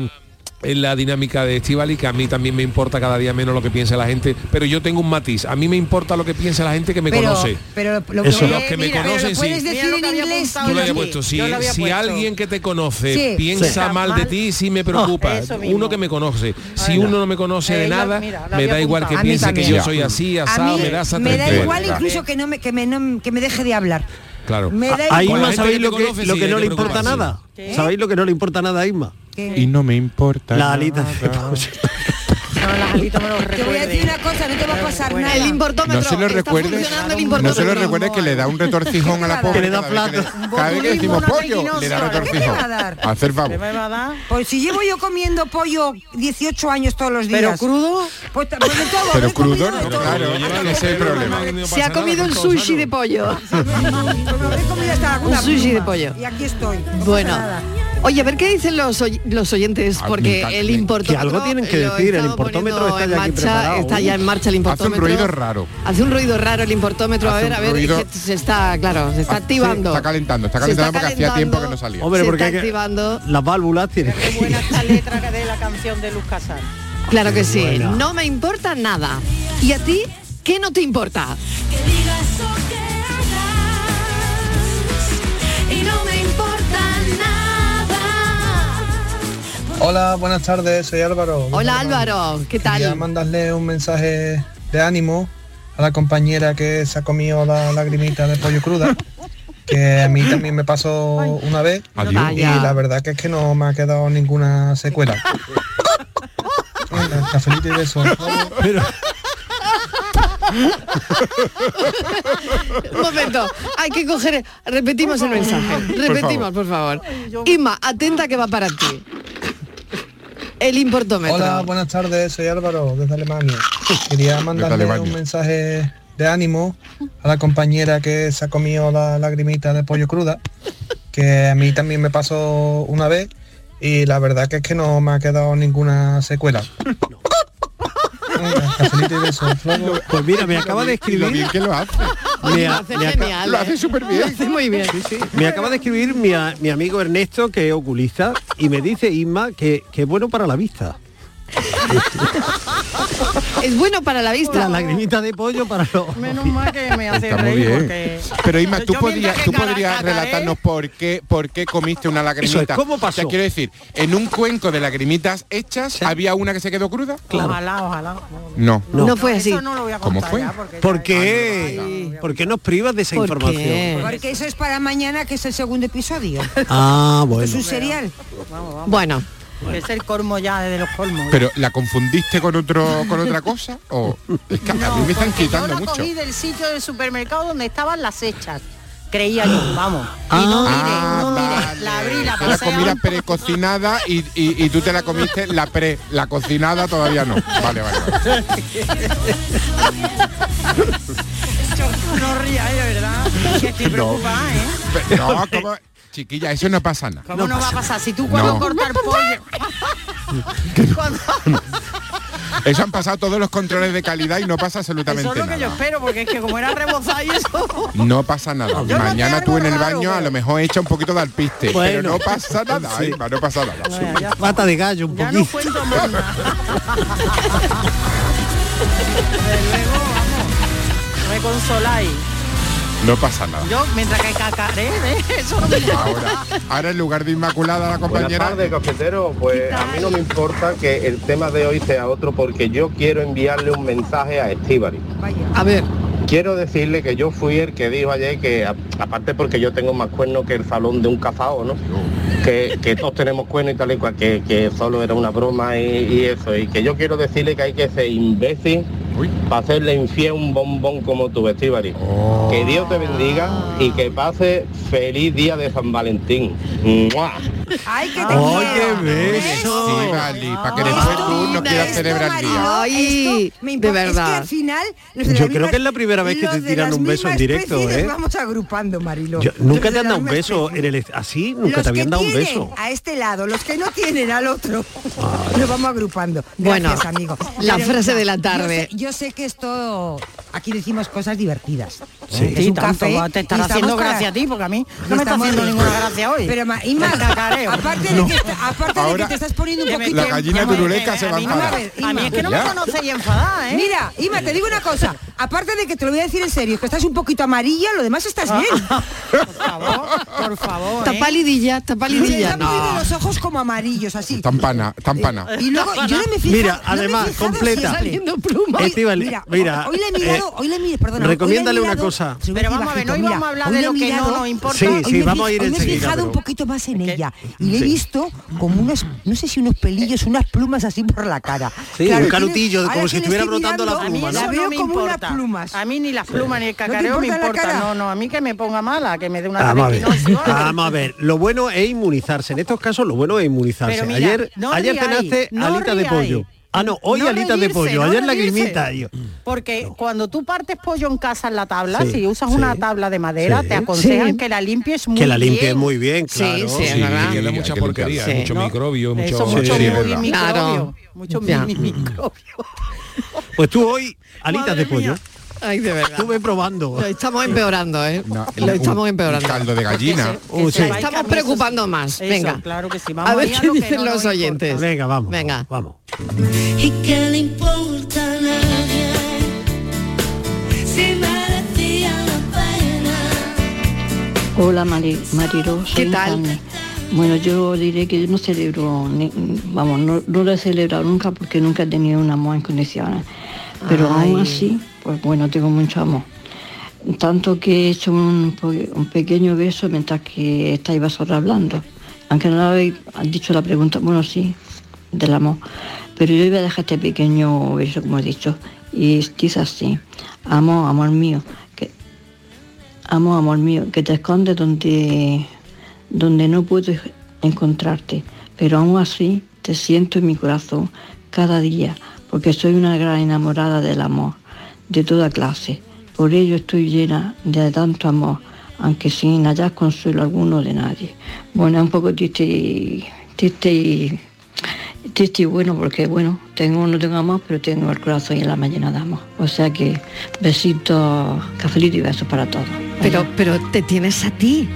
Speaker 7: en la dinámica de Estivali, que a mí también me importa cada día menos lo que piense la gente, pero yo tengo un matiz, a mí me importa lo que piensa la gente que me
Speaker 9: Pero,
Speaker 7: conoce.
Speaker 9: pero lo puedes-
Speaker 4: Eso.
Speaker 7: Los que me
Speaker 9: mira, pero
Speaker 7: conocen,
Speaker 9: lo puedes
Speaker 7: sí.
Speaker 9: decir
Speaker 8: Mira lo
Speaker 9: en
Speaker 8: que había
Speaker 9: inglés.
Speaker 8: apuntado
Speaker 7: Yo lo
Speaker 8: lo
Speaker 7: había
Speaker 8: vi,
Speaker 7: puesto, si,
Speaker 8: yo lo había
Speaker 7: si
Speaker 8: puesto.
Speaker 7: alguien que te conoce
Speaker 9: Sí,
Speaker 7: piensa
Speaker 8: sí.
Speaker 7: mal de ti, sí me preocupa.
Speaker 8: eso mismo.
Speaker 7: uno que me conoce. Si uno no me conoce de
Speaker 8: Eh, yo-
Speaker 7: nada,
Speaker 8: mira, lo
Speaker 7: me
Speaker 8: había
Speaker 7: da igual que
Speaker 8: apuntado.
Speaker 9: A mí
Speaker 7: piense que
Speaker 9: también.
Speaker 7: yo soy así,
Speaker 9: A
Speaker 7: asado,
Speaker 9: mí
Speaker 7: me
Speaker 9: me da
Speaker 5: tranquilo.
Speaker 9: igual
Speaker 5: Claro.
Speaker 9: incluso que no me, que me, no- que me deje de hablar.
Speaker 7: Claro.
Speaker 9: Me da
Speaker 4: A
Speaker 9: igual.
Speaker 7: Con la
Speaker 4: Isma,
Speaker 7: gente
Speaker 4: ¿sabéis
Speaker 7: que
Speaker 4: lo
Speaker 7: te
Speaker 4: que,
Speaker 7: conoce,
Speaker 4: lo
Speaker 7: sí,
Speaker 4: que
Speaker 7: ahí
Speaker 4: no
Speaker 7: te
Speaker 4: le importa
Speaker 7: preocupas, sí.
Speaker 4: nada? ¿Sabéis lo que no le importa nada a Isma?
Speaker 5: Y no me importa.
Speaker 4: La alita de
Speaker 5: nada.
Speaker 4: pavo.
Speaker 8: No, las alitas me lo
Speaker 9: Te voy a decir una cosa, no te va a pasar
Speaker 8: Bueno.
Speaker 9: nada.
Speaker 2: El importómetro.
Speaker 5: No se lo
Speaker 2: está
Speaker 5: recuerdes,
Speaker 2: funcionando el
Speaker 5: no se lo
Speaker 2: importómetro.
Speaker 5: recuerdes que le da un retorcijón a la pobre.
Speaker 9: Que le
Speaker 4: da
Speaker 5: cada
Speaker 4: plata.
Speaker 5: vez que le- Cada vez que decimos
Speaker 9: Botulismo,
Speaker 5: pollo, le da
Speaker 9: una
Speaker 5: retorcijón.
Speaker 9: pequeña
Speaker 7: *laughs*
Speaker 9: ostra.
Speaker 5: Hacer
Speaker 8: ¿Qué me
Speaker 5: favor.
Speaker 8: va a dar?
Speaker 9: Pues si llevo yo comiendo pollo 18 años todos los días.
Speaker 8: ¿Pero crudo?
Speaker 9: Pues, ta- pues de todo.
Speaker 5: Pero
Speaker 9: he comido
Speaker 5: crudo,
Speaker 9: de
Speaker 5: no,
Speaker 9: todo.
Speaker 5: claro, que es el problema.
Speaker 2: Se ha comido un sushi de
Speaker 9: *laughs*
Speaker 2: pollo.
Speaker 9: He comido hasta la
Speaker 2: Un sushi de
Speaker 9: pluma.
Speaker 2: pollo.
Speaker 9: Y aquí estoy. no pasa
Speaker 2: Bueno.
Speaker 9: nada.
Speaker 2: Oye, a ver qué dicen los, oy- los oyentes,
Speaker 5: Ah, me
Speaker 2: porque
Speaker 5: encanta.
Speaker 2: el importómetro...
Speaker 4: Que algo tienen que
Speaker 2: lo
Speaker 4: decir, el
Speaker 2: estamos
Speaker 4: importómetro
Speaker 2: poniendo
Speaker 4: está
Speaker 2: en
Speaker 4: ya aquí
Speaker 2: marcha,
Speaker 4: preparado.
Speaker 2: Está ya en marcha el
Speaker 5: Hace un
Speaker 2: importómetro.
Speaker 5: ruido raro.
Speaker 2: Hace un ruido raro el importómetro. A
Speaker 5: Hace
Speaker 2: ver,
Speaker 5: un
Speaker 2: a ver,
Speaker 5: ruido-
Speaker 2: es que se está, claro, se está
Speaker 5: Ah, sí,
Speaker 2: activando.
Speaker 5: está calentando, está
Speaker 2: Se
Speaker 5: calentando porque hacía tiempo que no salía.
Speaker 4: Hombre,
Speaker 2: se
Speaker 4: porque hay
Speaker 2: está
Speaker 4: que-
Speaker 2: activando.
Speaker 4: las válvulas tienen
Speaker 8: Qué
Speaker 4: que
Speaker 8: buena esta letra de la canción de Luz Casal.
Speaker 2: Claro que sí.
Speaker 4: buena.
Speaker 2: No me importa nada. ¿Y a ti? ¿Qué no te importa?
Speaker 6: que digas o que hagas y no me importa nada.
Speaker 10: Hola, buenas tardes, soy Álvaro.
Speaker 2: Hola Álvaro, ¿qué
Speaker 10: Quería
Speaker 2: tal?
Speaker 10: mandarle un mensaje de ánimo a la compañera que se ha comido la lagrimita de pollo cruda, que a mí también me pasó una vez
Speaker 5: Adiós.
Speaker 10: y la verdad que es que no me ha quedado ninguna secuela. Venga, cafelito y besos.
Speaker 4: Pero,
Speaker 2: Un *laughs* momento, hay que coger, repetimos el mensaje, repetimos por favor. Inma, atenta que va para ti. El importómetro.
Speaker 10: Hola, buenas tardes, soy Álvaro desde Alemania. Quería mandarle
Speaker 5: Alemania.
Speaker 10: un mensaje de ánimo a la compañera que se ha comido la lagrimita de pollo cruda, que a mí también me pasó una vez y la verdad que es que no me ha quedado ninguna
Speaker 4: *laughs*
Speaker 10: secuela. Venga, cafelito y besos, hasta luego.
Speaker 4: pues mira, me acaba de
Speaker 5: Y lo
Speaker 4: escribir.
Speaker 5: bien que lo hace.
Speaker 2: Oye,
Speaker 4: me
Speaker 2: lo
Speaker 4: a-
Speaker 2: hace
Speaker 4: me aca-
Speaker 2: genial.
Speaker 5: Lo
Speaker 2: ¿eh?
Speaker 5: hace súper
Speaker 2: Lo
Speaker 5: bien.
Speaker 2: hace muy bien.
Speaker 4: Me acaba de escribir mi, a- mi amigo Ernesto, que es oculista, y me dice Isma que, que es bueno para la vista.
Speaker 2: Es bueno para la vista.
Speaker 4: La lagrimita de pollo para los...
Speaker 8: Menos mal que me hace
Speaker 5: Está muy
Speaker 8: reír
Speaker 5: bien.
Speaker 8: porque...
Speaker 5: Pero Isma, tú,
Speaker 8: Yo mientras
Speaker 5: podías,
Speaker 8: que
Speaker 5: tú podrías
Speaker 8: caraca, ¿eh?
Speaker 5: relatarnos por qué, por qué comiste una lagrimita.
Speaker 4: Eso es, ¿cómo pasó?
Speaker 5: O sea, quiero decir, en un cuenco de lagrimitas hechas, ¿había una que se quedó cruda?
Speaker 8: Ojalá, ojalá. No,
Speaker 5: No.
Speaker 2: No, fue así.
Speaker 8: Eso no lo voy a
Speaker 5: ¿Cómo
Speaker 8: contar
Speaker 5: fue?
Speaker 8: ya, porque
Speaker 4: ¿Por
Speaker 8: ya-
Speaker 4: qué? ¿Por qué nos privas de esa
Speaker 2: ¿Por
Speaker 4: información?
Speaker 2: qué?
Speaker 9: Porque eso es para mañana, que es el segundo episodio.
Speaker 4: Ah,
Speaker 9: Es
Speaker 4: bueno.
Speaker 9: un serial.
Speaker 2: Bueno,
Speaker 8: Es el cormo ya de los colmos.
Speaker 5: Pero la confundiste con otro con otra cosa
Speaker 4: *laughs*
Speaker 5: o es que a mí me están
Speaker 8: porque
Speaker 5: quitando
Speaker 8: yo la
Speaker 5: mucho.
Speaker 8: cogí del sitio del supermercado donde estaban las hechas. Creía yo, vamos.
Speaker 4: Ah.
Speaker 8: y no miré,
Speaker 5: Ah,
Speaker 8: no miré.
Speaker 5: vale.
Speaker 8: La abrí, la
Speaker 5: Era
Speaker 8: pasé. a
Speaker 5: comida
Speaker 8: un-
Speaker 5: precocinada y, y, y tú te la comiste la pre, la cocinada todavía no. Vale, vale. vale.
Speaker 8: *laughs* No rías, de verdad. Que
Speaker 6: *laughs*
Speaker 8: estoy preocupada, ¿eh?
Speaker 5: Pe-
Speaker 4: *laughs*
Speaker 5: No, como chiquilla, eso no pasa nada.
Speaker 8: ¿Cómo no, va a pasar? Si tú cuando *laughs*
Speaker 5: No.
Speaker 8: cortar pollo... Cuando-
Speaker 5: Eso han pasado todos los controles de calidad y no pasa absolutamente
Speaker 8: Eso es lo que yo
Speaker 5: nada.
Speaker 8: espero, porque es que como era rebozado y
Speaker 5: *laughs*
Speaker 8: eso.
Speaker 5: No pasa nada.
Speaker 8: Yo
Speaker 5: Mañana tú en el baño a lo mejor echa un poquito de alpiste,
Speaker 4: Bueno.
Speaker 5: pero no pasa nada,
Speaker 4: Sí.
Speaker 5: Inma, no pasa nada.
Speaker 4: Pata de gallo un poquito.
Speaker 8: Me consoláis.
Speaker 5: No pasa nada.
Speaker 8: Yo, mientras que cacaré, ¿eh? eso no me
Speaker 5: Ahora, ahora en lugar de Inmaculada, la compañera...
Speaker 11: Buenas tardes, cafetero. Pues a mí no me importa que el tema de hoy sea otro porque yo quiero enviarle un mensaje a Estíbaliz.
Speaker 2: A ver,
Speaker 11: Quiero decirle que yo fui el que dijo ayer que, a- aparte porque yo tengo más cuernos que el salón de un cazao, ¿no? Que, que todos tenemos cuernos y tal y cual, que, que solo era una broma y, y eso. Y que yo quiero decirle que hay que ser imbécil para hacerle infiel un bombón como tu Estíbaliz. Que Dios te bendiga y que pase feliz día de San Valentín. ¡Mua!
Speaker 9: Ay, que
Speaker 11: Oye,
Speaker 5: Sí, vale, para que después tú no quieras celebrar el día.
Speaker 2: ay, de
Speaker 9: Es que
Speaker 2: verdad.
Speaker 9: al final... los de
Speaker 4: Yo
Speaker 9: las
Speaker 4: creo que es la primera vez que
Speaker 9: los
Speaker 4: te
Speaker 9: de
Speaker 4: tiran
Speaker 9: las
Speaker 4: un beso en
Speaker 9: mismas
Speaker 4: directo,
Speaker 9: especies
Speaker 4: ¿eh?
Speaker 9: vamos agrupando, Marilo.
Speaker 4: Yo-
Speaker 9: Los
Speaker 4: nunca te
Speaker 9: de
Speaker 4: han
Speaker 9: la
Speaker 4: dado un
Speaker 9: misma
Speaker 4: beso en el así, nunca
Speaker 9: los
Speaker 4: te habían
Speaker 9: que
Speaker 4: dado un
Speaker 9: tienen
Speaker 4: beso.
Speaker 9: A este lado, los que no tienen al otro. Lo vamos agrupando.
Speaker 2: Bueno,
Speaker 9: Gracias, amigo.
Speaker 2: la
Speaker 9: Pero,
Speaker 2: frase de la
Speaker 9: yo
Speaker 2: tarde.
Speaker 9: sé- Yo sé, que esto aquí decimos cosas divertidas.
Speaker 2: Sí.
Speaker 9: Es
Speaker 2: Sí,
Speaker 9: un
Speaker 2: tanto,
Speaker 9: café.
Speaker 2: te
Speaker 9: y
Speaker 2: estará
Speaker 9: estamos
Speaker 2: haciendo
Speaker 9: para-
Speaker 2: gracia
Speaker 8: a ti, porque a mí
Speaker 9: y
Speaker 8: no me está
Speaker 9: estamos
Speaker 8: haciendo
Speaker 9: riendo.
Speaker 8: ninguna gracia hoy.
Speaker 9: Pero ma- Inma,
Speaker 8: El cacareo.
Speaker 9: aparte, de que, está- aparte de
Speaker 5: Ahora-
Speaker 9: que te estás poniendo un
Speaker 5: que me-
Speaker 9: poquito... ¿eh?
Speaker 5: la gallina
Speaker 9: Vamos a ver,
Speaker 5: turuleca
Speaker 9: que-
Speaker 5: se va
Speaker 9: a
Speaker 5: a
Speaker 9: mí no me-
Speaker 5: enfadar.
Speaker 9: Inma.
Speaker 8: A mí es que no me
Speaker 5: Ya.
Speaker 8: conoce y enfadada, ¿eh?
Speaker 9: Mira, Ima, te digo una cosa. Aparte de que te lo voy a decir en serio, que estás un poquito amarilla, lo demás estás
Speaker 4: *laughs*
Speaker 9: bien.
Speaker 4: Ah,
Speaker 8: Por favor.
Speaker 2: Está palidilla, está palidilla.
Speaker 9: Está muy de
Speaker 2: No.
Speaker 9: los ojos como amarillos, así.
Speaker 5: Tampana, tampana.
Speaker 9: Y luego yo no me fijo.
Speaker 4: Mira,
Speaker 9: no me he
Speaker 4: además,
Speaker 9: fijado
Speaker 4: completa.
Speaker 9: siempre.
Speaker 4: Saliendo plumas. Estíbal,
Speaker 9: mira,
Speaker 4: mira,
Speaker 9: Hoy le he mirado,
Speaker 4: eh,
Speaker 9: hoy le he mirado, perdona.
Speaker 4: recomiéndale una cosa.
Speaker 8: Pero vamos a ver, hoy vamos a hablar de lo que no nos importa.
Speaker 4: Sí, sí, vamos a ir
Speaker 9: hoy me he
Speaker 4: enseguida,
Speaker 9: fijado
Speaker 4: pero-
Speaker 9: un poquito más en ella y le he
Speaker 4: Sí.
Speaker 9: visto como unos, no sé si unos pelillos,
Speaker 8: Eh.
Speaker 9: unas plumas así por la cara.
Speaker 4: Sí, un
Speaker 9: tiene-
Speaker 4: canutillo,
Speaker 9: ahora
Speaker 4: como
Speaker 9: que
Speaker 4: si
Speaker 9: le
Speaker 4: estuviera
Speaker 9: estoy
Speaker 4: brotando la
Speaker 9: mirando,
Speaker 4: pluma,
Speaker 9: a mí
Speaker 4: ¿no?
Speaker 9: La
Speaker 8: Eso no
Speaker 9: veo
Speaker 8: me
Speaker 9: como una
Speaker 8: importa.
Speaker 9: pluma.
Speaker 8: A mí ni las plumas ni el
Speaker 9: ¿No te
Speaker 8: cacareo me
Speaker 9: importa la cara?
Speaker 8: importa. No, no, a mí que me ponga mala, que me dé
Speaker 5: Ah,
Speaker 8: una
Speaker 4: Vamos a ver,
Speaker 8: triquinosis.
Speaker 4: vamos a ver. Lo bueno es inmunizarse. En estos casos, lo bueno es inmunizarse.
Speaker 8: Pero mira,
Speaker 4: ayer,
Speaker 8: no
Speaker 4: ayer
Speaker 8: ríais,
Speaker 4: cenaste
Speaker 8: no
Speaker 4: alita de
Speaker 8: ríais.
Speaker 4: pollo. Ah, no, hoy
Speaker 8: No
Speaker 4: alita de
Speaker 8: reírse,
Speaker 4: pollo.
Speaker 8: no
Speaker 4: ayer la
Speaker 8: reírse.
Speaker 4: grimita. Yo.
Speaker 8: Porque cuando tú partes pollo en casa en la tabla,
Speaker 4: Sí,
Speaker 8: si usas
Speaker 4: sí,
Speaker 8: una tabla de madera,
Speaker 4: sí,
Speaker 8: te aconsejan
Speaker 4: sí.
Speaker 8: que la limpies muy
Speaker 4: Que la
Speaker 8: bien.
Speaker 4: limpies muy bien, claro.
Speaker 7: Sí,
Speaker 4: es verdad.
Speaker 7: que queda mucha porquería,
Speaker 4: Sí.
Speaker 7: mucho
Speaker 4: No,
Speaker 7: microbio, mucho...
Speaker 8: Eso, mucho
Speaker 7: Sí, es
Speaker 8: muy
Speaker 7: verdad.
Speaker 8: microbio.
Speaker 2: Claro.
Speaker 8: Mucho
Speaker 2: Ya.
Speaker 8: mini microbio.
Speaker 4: Pues tú hoy, alitas
Speaker 2: Madre
Speaker 4: de pollo.
Speaker 2: mía. Ay, de verdad.
Speaker 4: Estuve probando.
Speaker 2: Lo estamos empeorando, ¿eh?
Speaker 5: No,
Speaker 2: Lo
Speaker 5: un-
Speaker 2: estamos empeorando. Oh,
Speaker 5: un caldo de gallina.
Speaker 4: Uh,
Speaker 8: Que
Speaker 4: sí.
Speaker 8: sepáis que a
Speaker 2: Estamos
Speaker 8: mí eso
Speaker 2: preocupando
Speaker 8: sí-
Speaker 2: más.
Speaker 8: eso,
Speaker 2: Venga.
Speaker 8: Claro que sí. Vamos
Speaker 2: A ver
Speaker 8: ir
Speaker 2: qué
Speaker 8: lo que
Speaker 2: dicen
Speaker 8: no
Speaker 2: los
Speaker 8: nos
Speaker 2: oyentes.
Speaker 4: Venga, vamos.
Speaker 2: Venga.
Speaker 4: Vamos.
Speaker 6: ¿Y qué le importa a nadie si merecía la pena?
Speaker 12: Hola Mari, Marirosa.
Speaker 2: ¿Qué tal?
Speaker 12: Bueno, yo diré que yo no celebro, ni- vamos, no, no lo he celebrado nunca porque nunca he tenido un amor en condiciones. Pero aún
Speaker 2: Ay.
Speaker 12: así, pues bueno, tengo mucho amor. Tanto que he hecho un, po- un pequeño beso mientras que estáis vosotros hablando. Aunque no lo habéis han dicho la pregunta, bueno, sí, del amor. Pero yo iba a dejar este pequeño beso, como he dicho. Y quizás sí. Amo, amor mío. Que, Amo, amor mío, que te escondes donde, donde no puedo encontrarte, pero aún así te siento en mi corazón cada día, porque soy una gran enamorada del amor, de toda clase. Por ello estoy llena de tanto amor, aunque sin hallar consuelo alguno de nadie. Bueno, es un poco triste y, triste y, triste y bueno, porque bueno, tengo no tengo amor, pero tengo el corazón y el alma llena de amor. O sea que besitos, cafelito y besos para todos.
Speaker 2: Pero, pero te tienes a ti.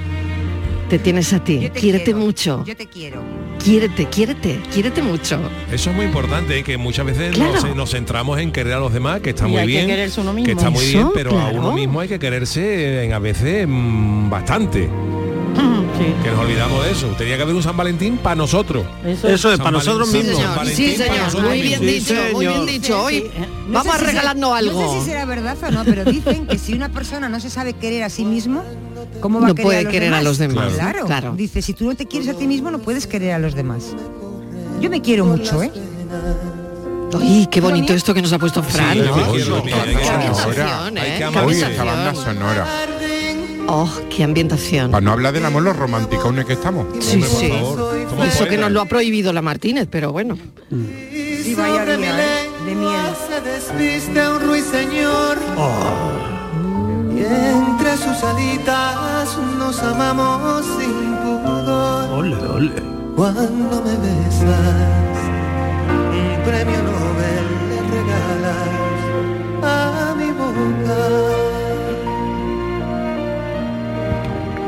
Speaker 2: Te tienes a ti.
Speaker 9: Yo te
Speaker 2: Quiérete
Speaker 9: quiero,
Speaker 2: mucho.
Speaker 9: Yo te quiero.
Speaker 2: Quiérete, quiérete, quiérete mucho.
Speaker 7: Eso es muy importante, ¿eh? que muchas veces
Speaker 2: Claro.
Speaker 7: nos, nos centramos en querer a los demás, que está
Speaker 8: Y
Speaker 7: muy
Speaker 8: hay que
Speaker 7: bien,
Speaker 8: quererse uno mismo.
Speaker 7: que está muy
Speaker 2: Eso,
Speaker 7: bien, pero a uno
Speaker 2: claro.
Speaker 7: mismo hay que quererse eh, en a veces mm, bastante.
Speaker 6: *laughs*
Speaker 8: Sí.
Speaker 7: Que nos olvidamos de eso. Tenía que haber un San Valentín para nosotros.
Speaker 8: Eso
Speaker 4: Eso es,
Speaker 7: San
Speaker 4: para nosotros
Speaker 7: Valentín,
Speaker 4: mismos.
Speaker 7: San Valentín
Speaker 2: Sí,
Speaker 7: para
Speaker 2: señor.
Speaker 7: nosotros
Speaker 2: Muy bien
Speaker 7: mismos.
Speaker 2: dicho, muy bien
Speaker 4: señor.
Speaker 2: dicho. Hoy
Speaker 9: eh, No
Speaker 2: vamos
Speaker 9: sé
Speaker 2: a
Speaker 9: si
Speaker 2: regalarnos
Speaker 9: será-
Speaker 2: algo.
Speaker 9: No sé si será verdad o no, pero dicen que si una persona no se sabe querer a sí mismo, ¿cómo va
Speaker 2: No
Speaker 9: a querer
Speaker 2: puede
Speaker 9: a los
Speaker 2: querer a
Speaker 9: demás?
Speaker 2: los demás,
Speaker 9: Claro.
Speaker 2: claro.
Speaker 9: Dice, si tú no te quieres a ti mismo, no puedes querer a los demás. Yo me quiero mucho, ¿eh?
Speaker 2: Uy, qué bonito esto que nos ha puesto Fran.
Speaker 7: Sí,
Speaker 2: ¿no?
Speaker 7: yo me quiero,
Speaker 2: Qué
Speaker 7: yo me quiero.
Speaker 2: ambientación,
Speaker 7: Hay
Speaker 2: ¿eh?
Speaker 7: que
Speaker 2: Qué
Speaker 7: amar.
Speaker 5: Oye,
Speaker 2: ambientación.
Speaker 5: esta banda sonora.
Speaker 2: Oh, qué ambientación.
Speaker 5: Para no hablar del amor, los romanticones que estamos.
Speaker 2: Sí,
Speaker 7: Hombre, por
Speaker 2: sí.
Speaker 7: favor, somos
Speaker 2: Y Eso que
Speaker 7: poetas.
Speaker 2: nos lo ha prohibido la Martínez, pero bueno.
Speaker 9: Sí, vaya día, ¿eh? De miel.
Speaker 13: Se despiste un ruiseñor
Speaker 6: Oh.
Speaker 13: y entre sus alitas nos amamos sin pudor.
Speaker 4: Ole, ole.
Speaker 13: Cuando me besas, un premio Nobel de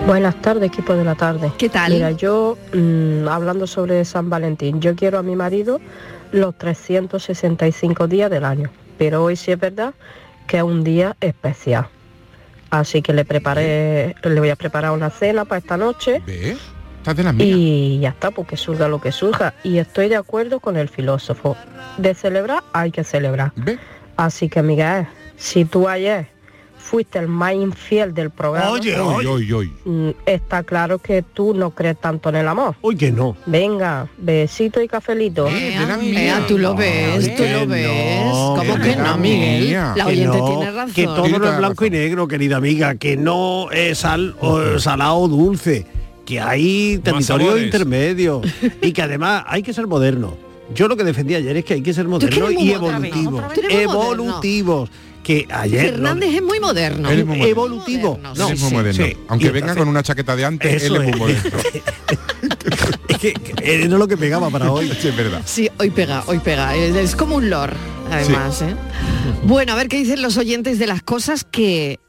Speaker 14: Buenas tardes, equipo de la tarde.
Speaker 2: ¿Qué tal?
Speaker 14: Mira, yo, mm, hablando sobre San Valentín, yo quiero a mi marido los 365 días del año, pero hoy sí es verdad que es un día especial. Así que le preparé, le voy a preparar una cena para esta noche.
Speaker 5: ¿Ve?
Speaker 14: Y ya está, porque surga lo que surja. Y estoy de acuerdo con el filósofo. De celebrar hay que celebrar. Así que, Miguel, si tú ayer fuiste el más infiel del programa,
Speaker 4: Oye, oye, oye, oye.
Speaker 14: mm, está claro que tú no crees tanto en el amor.
Speaker 4: Oye, que no.
Speaker 14: Venga, besito y cafelito.
Speaker 2: Ea, tú
Speaker 4: Ah,
Speaker 2: lo ves, tú lo ves.
Speaker 4: Oh,
Speaker 2: ¿Cómo que no, Miguel? La oyente tiene razón.
Speaker 4: Que todo no es blanco y negro, querida amiga, que no es sal, o, salado o dulce, que hay territorio
Speaker 7: sabores.
Speaker 4: intermedio y que además hay que ser moderno. Yo lo que defendí ayer es que hay que ser
Speaker 2: eres
Speaker 4: moderno
Speaker 2: muy
Speaker 4: y
Speaker 2: otra vez,
Speaker 4: evolutivos.
Speaker 2: otra vez. Tú eres muy moderno.
Speaker 4: Evolutivos. Que ayer no-
Speaker 2: Fernández es muy moderno.
Speaker 4: Eres muy moderno. Evolutivo.
Speaker 2: Muy
Speaker 4: No,
Speaker 5: Él es muy
Speaker 4: sí,
Speaker 5: moderno.
Speaker 4: sí.
Speaker 5: Aunque
Speaker 4: Y
Speaker 5: venga
Speaker 4: entonces-
Speaker 5: con una chaqueta de antes,
Speaker 4: Eso
Speaker 5: él es muy
Speaker 4: es.
Speaker 5: moderno.
Speaker 4: es que, que era lo que pegaba para hoy.
Speaker 5: Sí, es verdad.
Speaker 2: Sí, hoy pega, hoy pega. Es, es como un lore, además. ¿eh? Bueno, a ver qué dicen los oyentes de las cosas que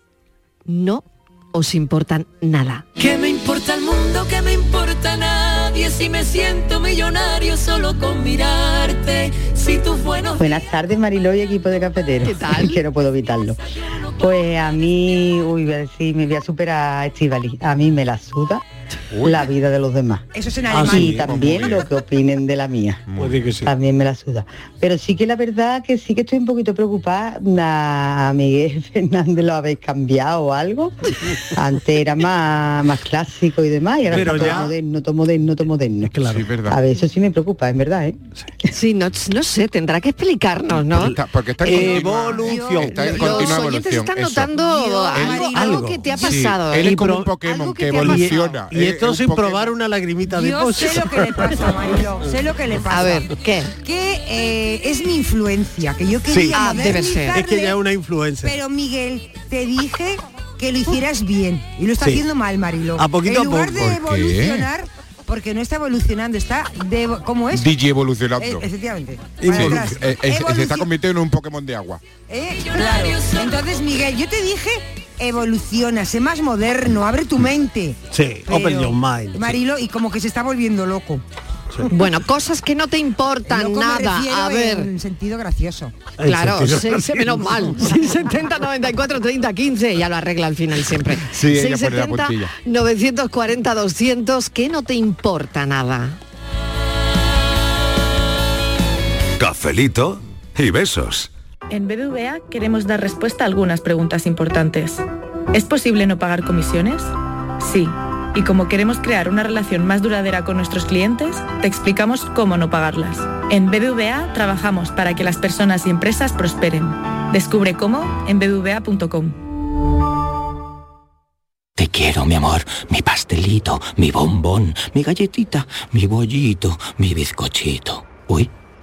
Speaker 2: no os importan nada.
Speaker 6: ¿Qué me importa el mundo? ¿Qué me importa a nadie? Si me siento millonario solo con mirarte. Si tus buenos
Speaker 15: Buenas tardes, Mariló y equipo de cafeteros.
Speaker 6: ¿Qué tal?
Speaker 15: *laughs* que no puedo evitarlo. Pues a mí, uy, voy a decir, me voy a superar a Estivali. A mí me la suda la vida de los demás.
Speaker 9: Eso es en
Speaker 15: Ah,
Speaker 9: alemán.
Speaker 15: sí, Y también lo que opinen de la mía. También me la suda. Pero sí que la verdad que sí que estoy un poquito preocupada. A Miguel *laughs* Fernández lo habéis cambiado o *laughs* algo. Antes era más, más clásico y demás. Y ahora
Speaker 4: Pero
Speaker 15: está todo
Speaker 4: ya-
Speaker 15: moderno, todo moderno, todo moderno.
Speaker 4: Claro.
Speaker 15: A ver, eso sí me preocupa, en verdad, ¿eh?
Speaker 2: Sí, no, no sé, tendrá que explicarnos, ¿no? Eh,
Speaker 15: Porque está- porque está en continua-
Speaker 4: Evolución.
Speaker 5: está
Speaker 2: Los
Speaker 5: en continua
Speaker 2: oyentes
Speaker 5: evolución.
Speaker 2: están
Speaker 5: Ah, eso.
Speaker 2: notando
Speaker 5: Él-
Speaker 2: algo, algo que te ha pasado.
Speaker 5: Sí, él
Speaker 2: ¿eh?
Speaker 5: es como
Speaker 2: Pero-
Speaker 5: un Pokémon que,
Speaker 2: te ha pasado.
Speaker 5: evoluciona. Eh,
Speaker 4: Y esto sin probar una lagrimita de
Speaker 9: Yo sé
Speaker 4: coche.
Speaker 9: lo que le
Speaker 4: *laughs*
Speaker 9: pasa, Mariló, sé lo que le pasa.
Speaker 4: A ver,
Speaker 2: ¿qué?
Speaker 9: Que eh, es mi influencia, que yo quería modernizarle,
Speaker 4: Ah, Es que ya es una influencer.
Speaker 9: Pero Miguel, te dije que lo hicieras bien y lo está
Speaker 4: Sí.
Speaker 9: haciendo mal, Mariló.
Speaker 4: A poquito a
Speaker 9: en lugar
Speaker 4: poco.
Speaker 9: de
Speaker 4: ¿Por qué?
Speaker 9: evolucionar, porque no está evolucionando, está de ¿cómo es?
Speaker 5: Digi evolucionando.
Speaker 9: Eh, efectivamente.
Speaker 5: Sí,
Speaker 9: Para atrás.
Speaker 5: eh, eh, se está
Speaker 9: Evoluci-
Speaker 5: convirtiendo en un Pokémon de agua.
Speaker 9: Eh, claro. Entonces, Miguel, yo te dije, evoluciona, sé más moderno, abre tu mente.
Speaker 4: Sí,
Speaker 9: Pero,
Speaker 4: open your mind.
Speaker 9: Marilo, y como que se está volviendo loco.
Speaker 2: *laughs* Bueno, cosas que no te importan
Speaker 9: Loco me
Speaker 2: nada.
Speaker 9: refiero
Speaker 2: A ver.
Speaker 9: En sentido gracioso.
Speaker 2: Claro,
Speaker 9: Eso, tío.
Speaker 2: seis-
Speaker 5: *laughs*
Speaker 2: menos mal. 670 94 30 15, ya lo arregla al final siempre.
Speaker 5: Sí, ella pone la
Speaker 2: 670
Speaker 5: puntilla.
Speaker 2: 940 200, que no te importa nada.
Speaker 1: Cafelito y besos.
Speaker 16: En BBVA queremos dar respuesta a algunas preguntas importantes. ¿Es posible no pagar comisiones? Sí. Y como queremos crear una relación más duradera con nuestros clientes, te explicamos cómo no pagarlas. En BBVA trabajamos para que las personas y empresas prosperen. Descubre cómo en bbva.com.
Speaker 17: Te quiero, mi amor, mi pastelito, mi bombón, mi galletita, mi bollito, mi bizcochito. Uy,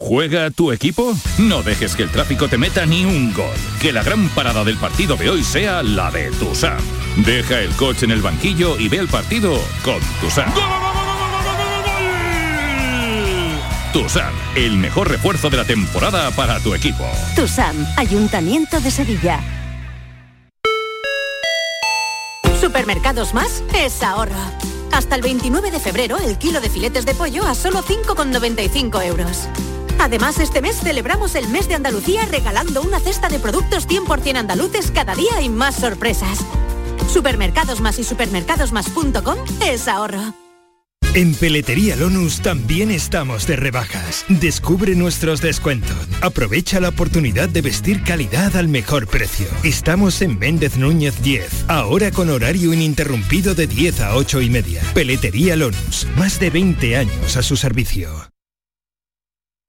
Speaker 18: ¿Juega tu equipo? No dejes que el tráfico te meta ni un gol. Que la gran parada del partido de hoy sea la de Tusam. Deja el coche en el banquillo y ve el partido con Tusam. Tusam, el mejor refuerzo de la temporada para tu equipo.
Speaker 19: TUSAM, Ayuntamiento de Sevilla. Supermercados Más es ahorro. Hasta el 29 de febrero el kilo de filetes de pollo a solo 5,95 euros. Además, este mes celebramos el mes de Andalucía regalando una cesta de productos 100% andaluces cada día y más sorpresas. Supermercados Más y supermercadosmás.com es ahorro.
Speaker 3: En Peletería Lonus también estamos de rebajas. Descubre nuestros descuentos. Aprovecha la oportunidad de vestir calidad al mejor precio. Estamos en Méndez Núñez 10, ahora con horario ininterrumpido de 10 a 8 y media. Peletería Lonus, más de 20 años a su servicio.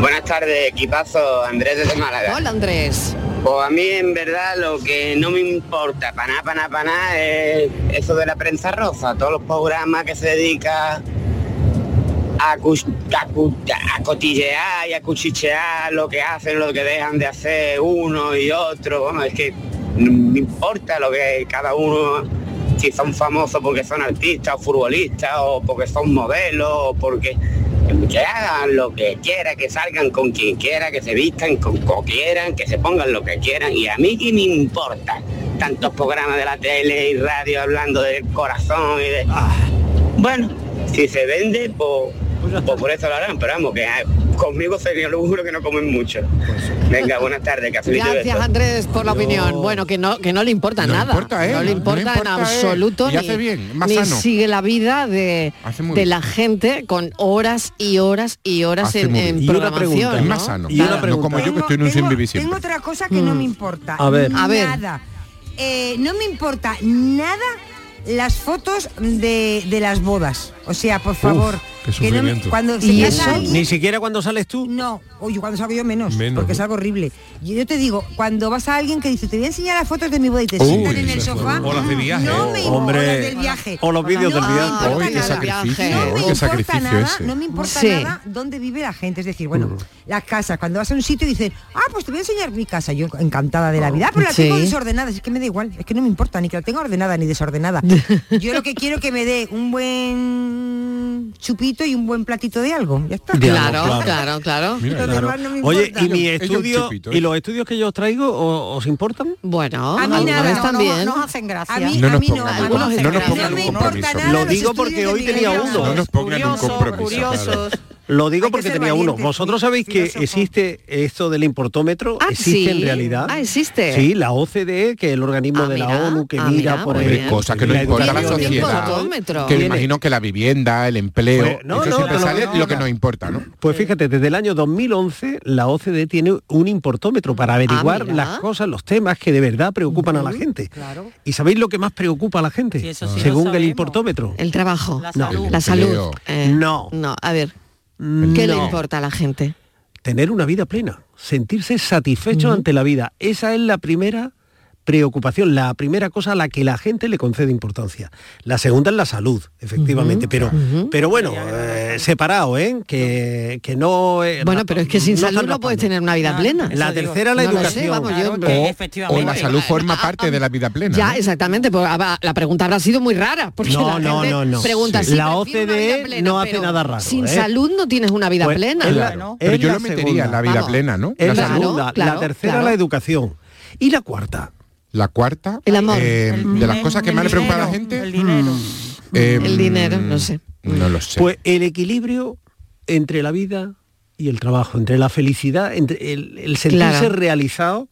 Speaker 20: Buenas tardes, equipazo, Andrés desde Málaga.
Speaker 2: Hola Andrés.
Speaker 20: Pues a mí en verdad lo que no me importa, para nada, para nada, para nada, es eso de la prensa rosa, todos los programas que se dedica a, cus- a cu- a cotillear y a cuchichear lo que hacen, lo que dejan de hacer uno y otro, bueno, es que no me importa lo que cada uno, si son famosos porque son artistas o futbolistas o porque son modelos o porque que hagan lo que quiera, que salgan con quien quiera, que se vistan con como quieran, que se pongan lo que quieran. Y a mí que me importa tantos programas de la tele y radio hablando del corazón y de... Bueno, si se vende, pues, pues por eso lo harán, pero vamos, que ah, conmigo sería lo juro que no comen mucho. Venga, buenas tardes, cafelito y
Speaker 2: Gracias
Speaker 20: besos.
Speaker 2: Andrés por la opinión. Bueno, que no, que no le importa nada.
Speaker 20: ¿eh?
Speaker 2: no le
Speaker 20: No- no
Speaker 2: importa,
Speaker 20: importa,
Speaker 2: en
Speaker 20: ¿eh?
Speaker 2: absoluto.
Speaker 20: Y hace bien, más
Speaker 2: ni
Speaker 20: sano.
Speaker 2: sigue la vida de,
Speaker 5: Hace muy
Speaker 2: de
Speaker 5: bien.
Speaker 2: la gente con horas y horas y horas
Speaker 5: Hace
Speaker 2: en,
Speaker 5: muy
Speaker 2: en
Speaker 5: bien. Y una
Speaker 2: programación.
Speaker 5: pregunta, es
Speaker 2: ¿no?
Speaker 5: más sano. Y una
Speaker 2: Claro.
Speaker 5: pregunta. No como yo que estoy en un sinvivisible.
Speaker 9: Tengo otra cosa que no
Speaker 2: Mm.
Speaker 9: me importa.
Speaker 5: A ver.
Speaker 9: Nada.
Speaker 5: A ver.
Speaker 9: Eh, no me importa nada las fotos de, de las bodas. O sea, por favor.
Speaker 4: qué
Speaker 9: que no me-
Speaker 4: sufrimiento.
Speaker 9: cuando se
Speaker 4: ¿Y
Speaker 9: casa
Speaker 4: eso?
Speaker 9: alguien-
Speaker 4: Ni siquiera cuando sales tú.
Speaker 9: No, oye, cuando salgo yo menos,
Speaker 4: Menos,
Speaker 9: porque
Speaker 4: ¿no?
Speaker 9: es algo horrible. Yo, yo te digo, cuando vas a alguien que dice, te voy a enseñar las fotos de mi boda y te
Speaker 4: Uy,
Speaker 9: sientan en el
Speaker 4: esas
Speaker 9: sofá,
Speaker 4: fotos. O las de viaje.
Speaker 9: Ah, no me
Speaker 4: Hombre.
Speaker 5: Eh,
Speaker 9: importa las del viaje.
Speaker 4: O los vídeos del viaje.
Speaker 9: No me
Speaker 4: Uy,
Speaker 9: importa
Speaker 4: qué
Speaker 9: nada.
Speaker 4: sacrificio,
Speaker 9: No
Speaker 4: uy,
Speaker 9: me
Speaker 4: qué
Speaker 9: importa
Speaker 4: sacrificio
Speaker 9: nada,
Speaker 4: ese. Mm.
Speaker 9: No me importa
Speaker 4: Sí.
Speaker 9: nada dónde vive la gente. Es decir, bueno, las casas, cuando vas a un sitio y dices, ah, pues te voy a enseñar mi casa. Yo encantada de la vida, "Ah, pero la
Speaker 2: Sí.
Speaker 9: tengo desordenada. Es que me da igual, es que no me importa ni que la tenga ordenada ni desordenada. Yo lo que quiero que me dé un buen chupito y un buen platito de algo. Ya está.
Speaker 2: Claro, claro, claro.
Speaker 4: Mira, claro. Oye, ¿y mi estudio
Speaker 7: chupito,
Speaker 5: eh.
Speaker 4: y los estudios que yo os traigo o- os importan?
Speaker 2: Bueno,
Speaker 4: Ah,
Speaker 9: A mí
Speaker 2: algunos
Speaker 9: nada, no,
Speaker 2: también.
Speaker 9: no, no hacen gracia.
Speaker 2: A mí,
Speaker 4: No
Speaker 2: a
Speaker 4: nos
Speaker 2: mí no.
Speaker 4: pongan-
Speaker 2: algunos
Speaker 4: no nos
Speaker 2: hacen gracia.
Speaker 4: pongan en un compromiso. Lo digo porque hoy tenía uno.
Speaker 7: No nos pongan en un compromiso. claro.
Speaker 4: Lo digo porque tenía uno. Vosotros sabéis que existe esto del importómetro, existe en
Speaker 2: Ah, sí.
Speaker 4: realidad.
Speaker 2: Ah, existe.
Speaker 4: Sí, la OCDE, E, que es el
Speaker 2: Ah,
Speaker 4: organismo de la ONU que mira por
Speaker 5: Hombre,
Speaker 4: el-
Speaker 5: cosas que no
Speaker 4: la
Speaker 5: importa a la
Speaker 4: educación y el
Speaker 5: sociedad.
Speaker 4: todo.
Speaker 5: Ah, Que me
Speaker 4: Tiene-
Speaker 5: imagino que la vivienda, el empleo,
Speaker 4: Pues, no,
Speaker 5: eso
Speaker 4: no,
Speaker 5: siempre
Speaker 4: no,
Speaker 5: sale
Speaker 4: no,
Speaker 5: lo que
Speaker 4: no.
Speaker 5: nos importa, ¿no?
Speaker 4: Pues fíjate, desde el año 2011 la OCDE E tiene un importómetro
Speaker 2: Ah,
Speaker 4: para averiguar
Speaker 5: mira.
Speaker 4: las cosas, los temas que de verdad preocupan a la gente. ¿Y sabéis lo que más preocupa a la gente?
Speaker 2: eso sí lo
Speaker 4: Según el importómetro.
Speaker 2: El trabajo.
Speaker 4: La
Speaker 2: No.
Speaker 4: salud.
Speaker 2: La
Speaker 4: El
Speaker 2: salud.
Speaker 4: empleo.
Speaker 2: eh,
Speaker 4: No.
Speaker 2: No, a ver. ¿Qué le
Speaker 4: No.
Speaker 2: importa a la gente?
Speaker 4: Tener una vida plena, sentirse satisfecho ante la vida. Esa es la primera preocupación, la primera cosa a la que la gente le concede importancia. La segunda es la salud, efectivamente, pero, pero bueno, eh, separado, ¿eh? Que, que no... eh,
Speaker 2: Bueno,
Speaker 4: rap-
Speaker 2: pero es que sin
Speaker 4: no
Speaker 2: salud
Speaker 4: están
Speaker 2: no puedes tener una vida plena.
Speaker 4: La tercera, la
Speaker 2: No lo sé,
Speaker 4: educación.
Speaker 2: vamos, yo-
Speaker 5: O, o la salud forma parte de la vida plena.
Speaker 2: Ya, exactamente. porque habrá- la pregunta habrá sido muy rara. Porque
Speaker 4: No,
Speaker 2: la
Speaker 4: no,
Speaker 2: gente
Speaker 4: no, no.
Speaker 2: Pregunta,
Speaker 4: Sí.
Speaker 2: sí,
Speaker 4: La
Speaker 2: prefiero una vida
Speaker 4: OCDE
Speaker 2: plena,
Speaker 4: no hace
Speaker 2: pero
Speaker 4: nada raro,
Speaker 2: Sin
Speaker 4: ¿eh?
Speaker 2: salud no tienes una vida
Speaker 4: Pues
Speaker 2: plena.
Speaker 4: es la-
Speaker 2: Claro.
Speaker 4: es
Speaker 5: Pero yo
Speaker 4: la
Speaker 5: lo metería en la vida
Speaker 4: segunda.
Speaker 5: plena, ¿no?
Speaker 4: Es la
Speaker 5: salud.
Speaker 4: segunda, la tercera la educación. Y la cuarta.
Speaker 5: La cuarta.
Speaker 2: El amor.
Speaker 5: eh, de las cosas que más le preocupan a la gente. El dinero.
Speaker 2: El dinero, no sé.
Speaker 5: No lo sé.
Speaker 4: Pues el equilibrio entre la vida y el trabajo, entre la felicidad, entre el, el sentirse
Speaker 2: Claro.
Speaker 4: realizado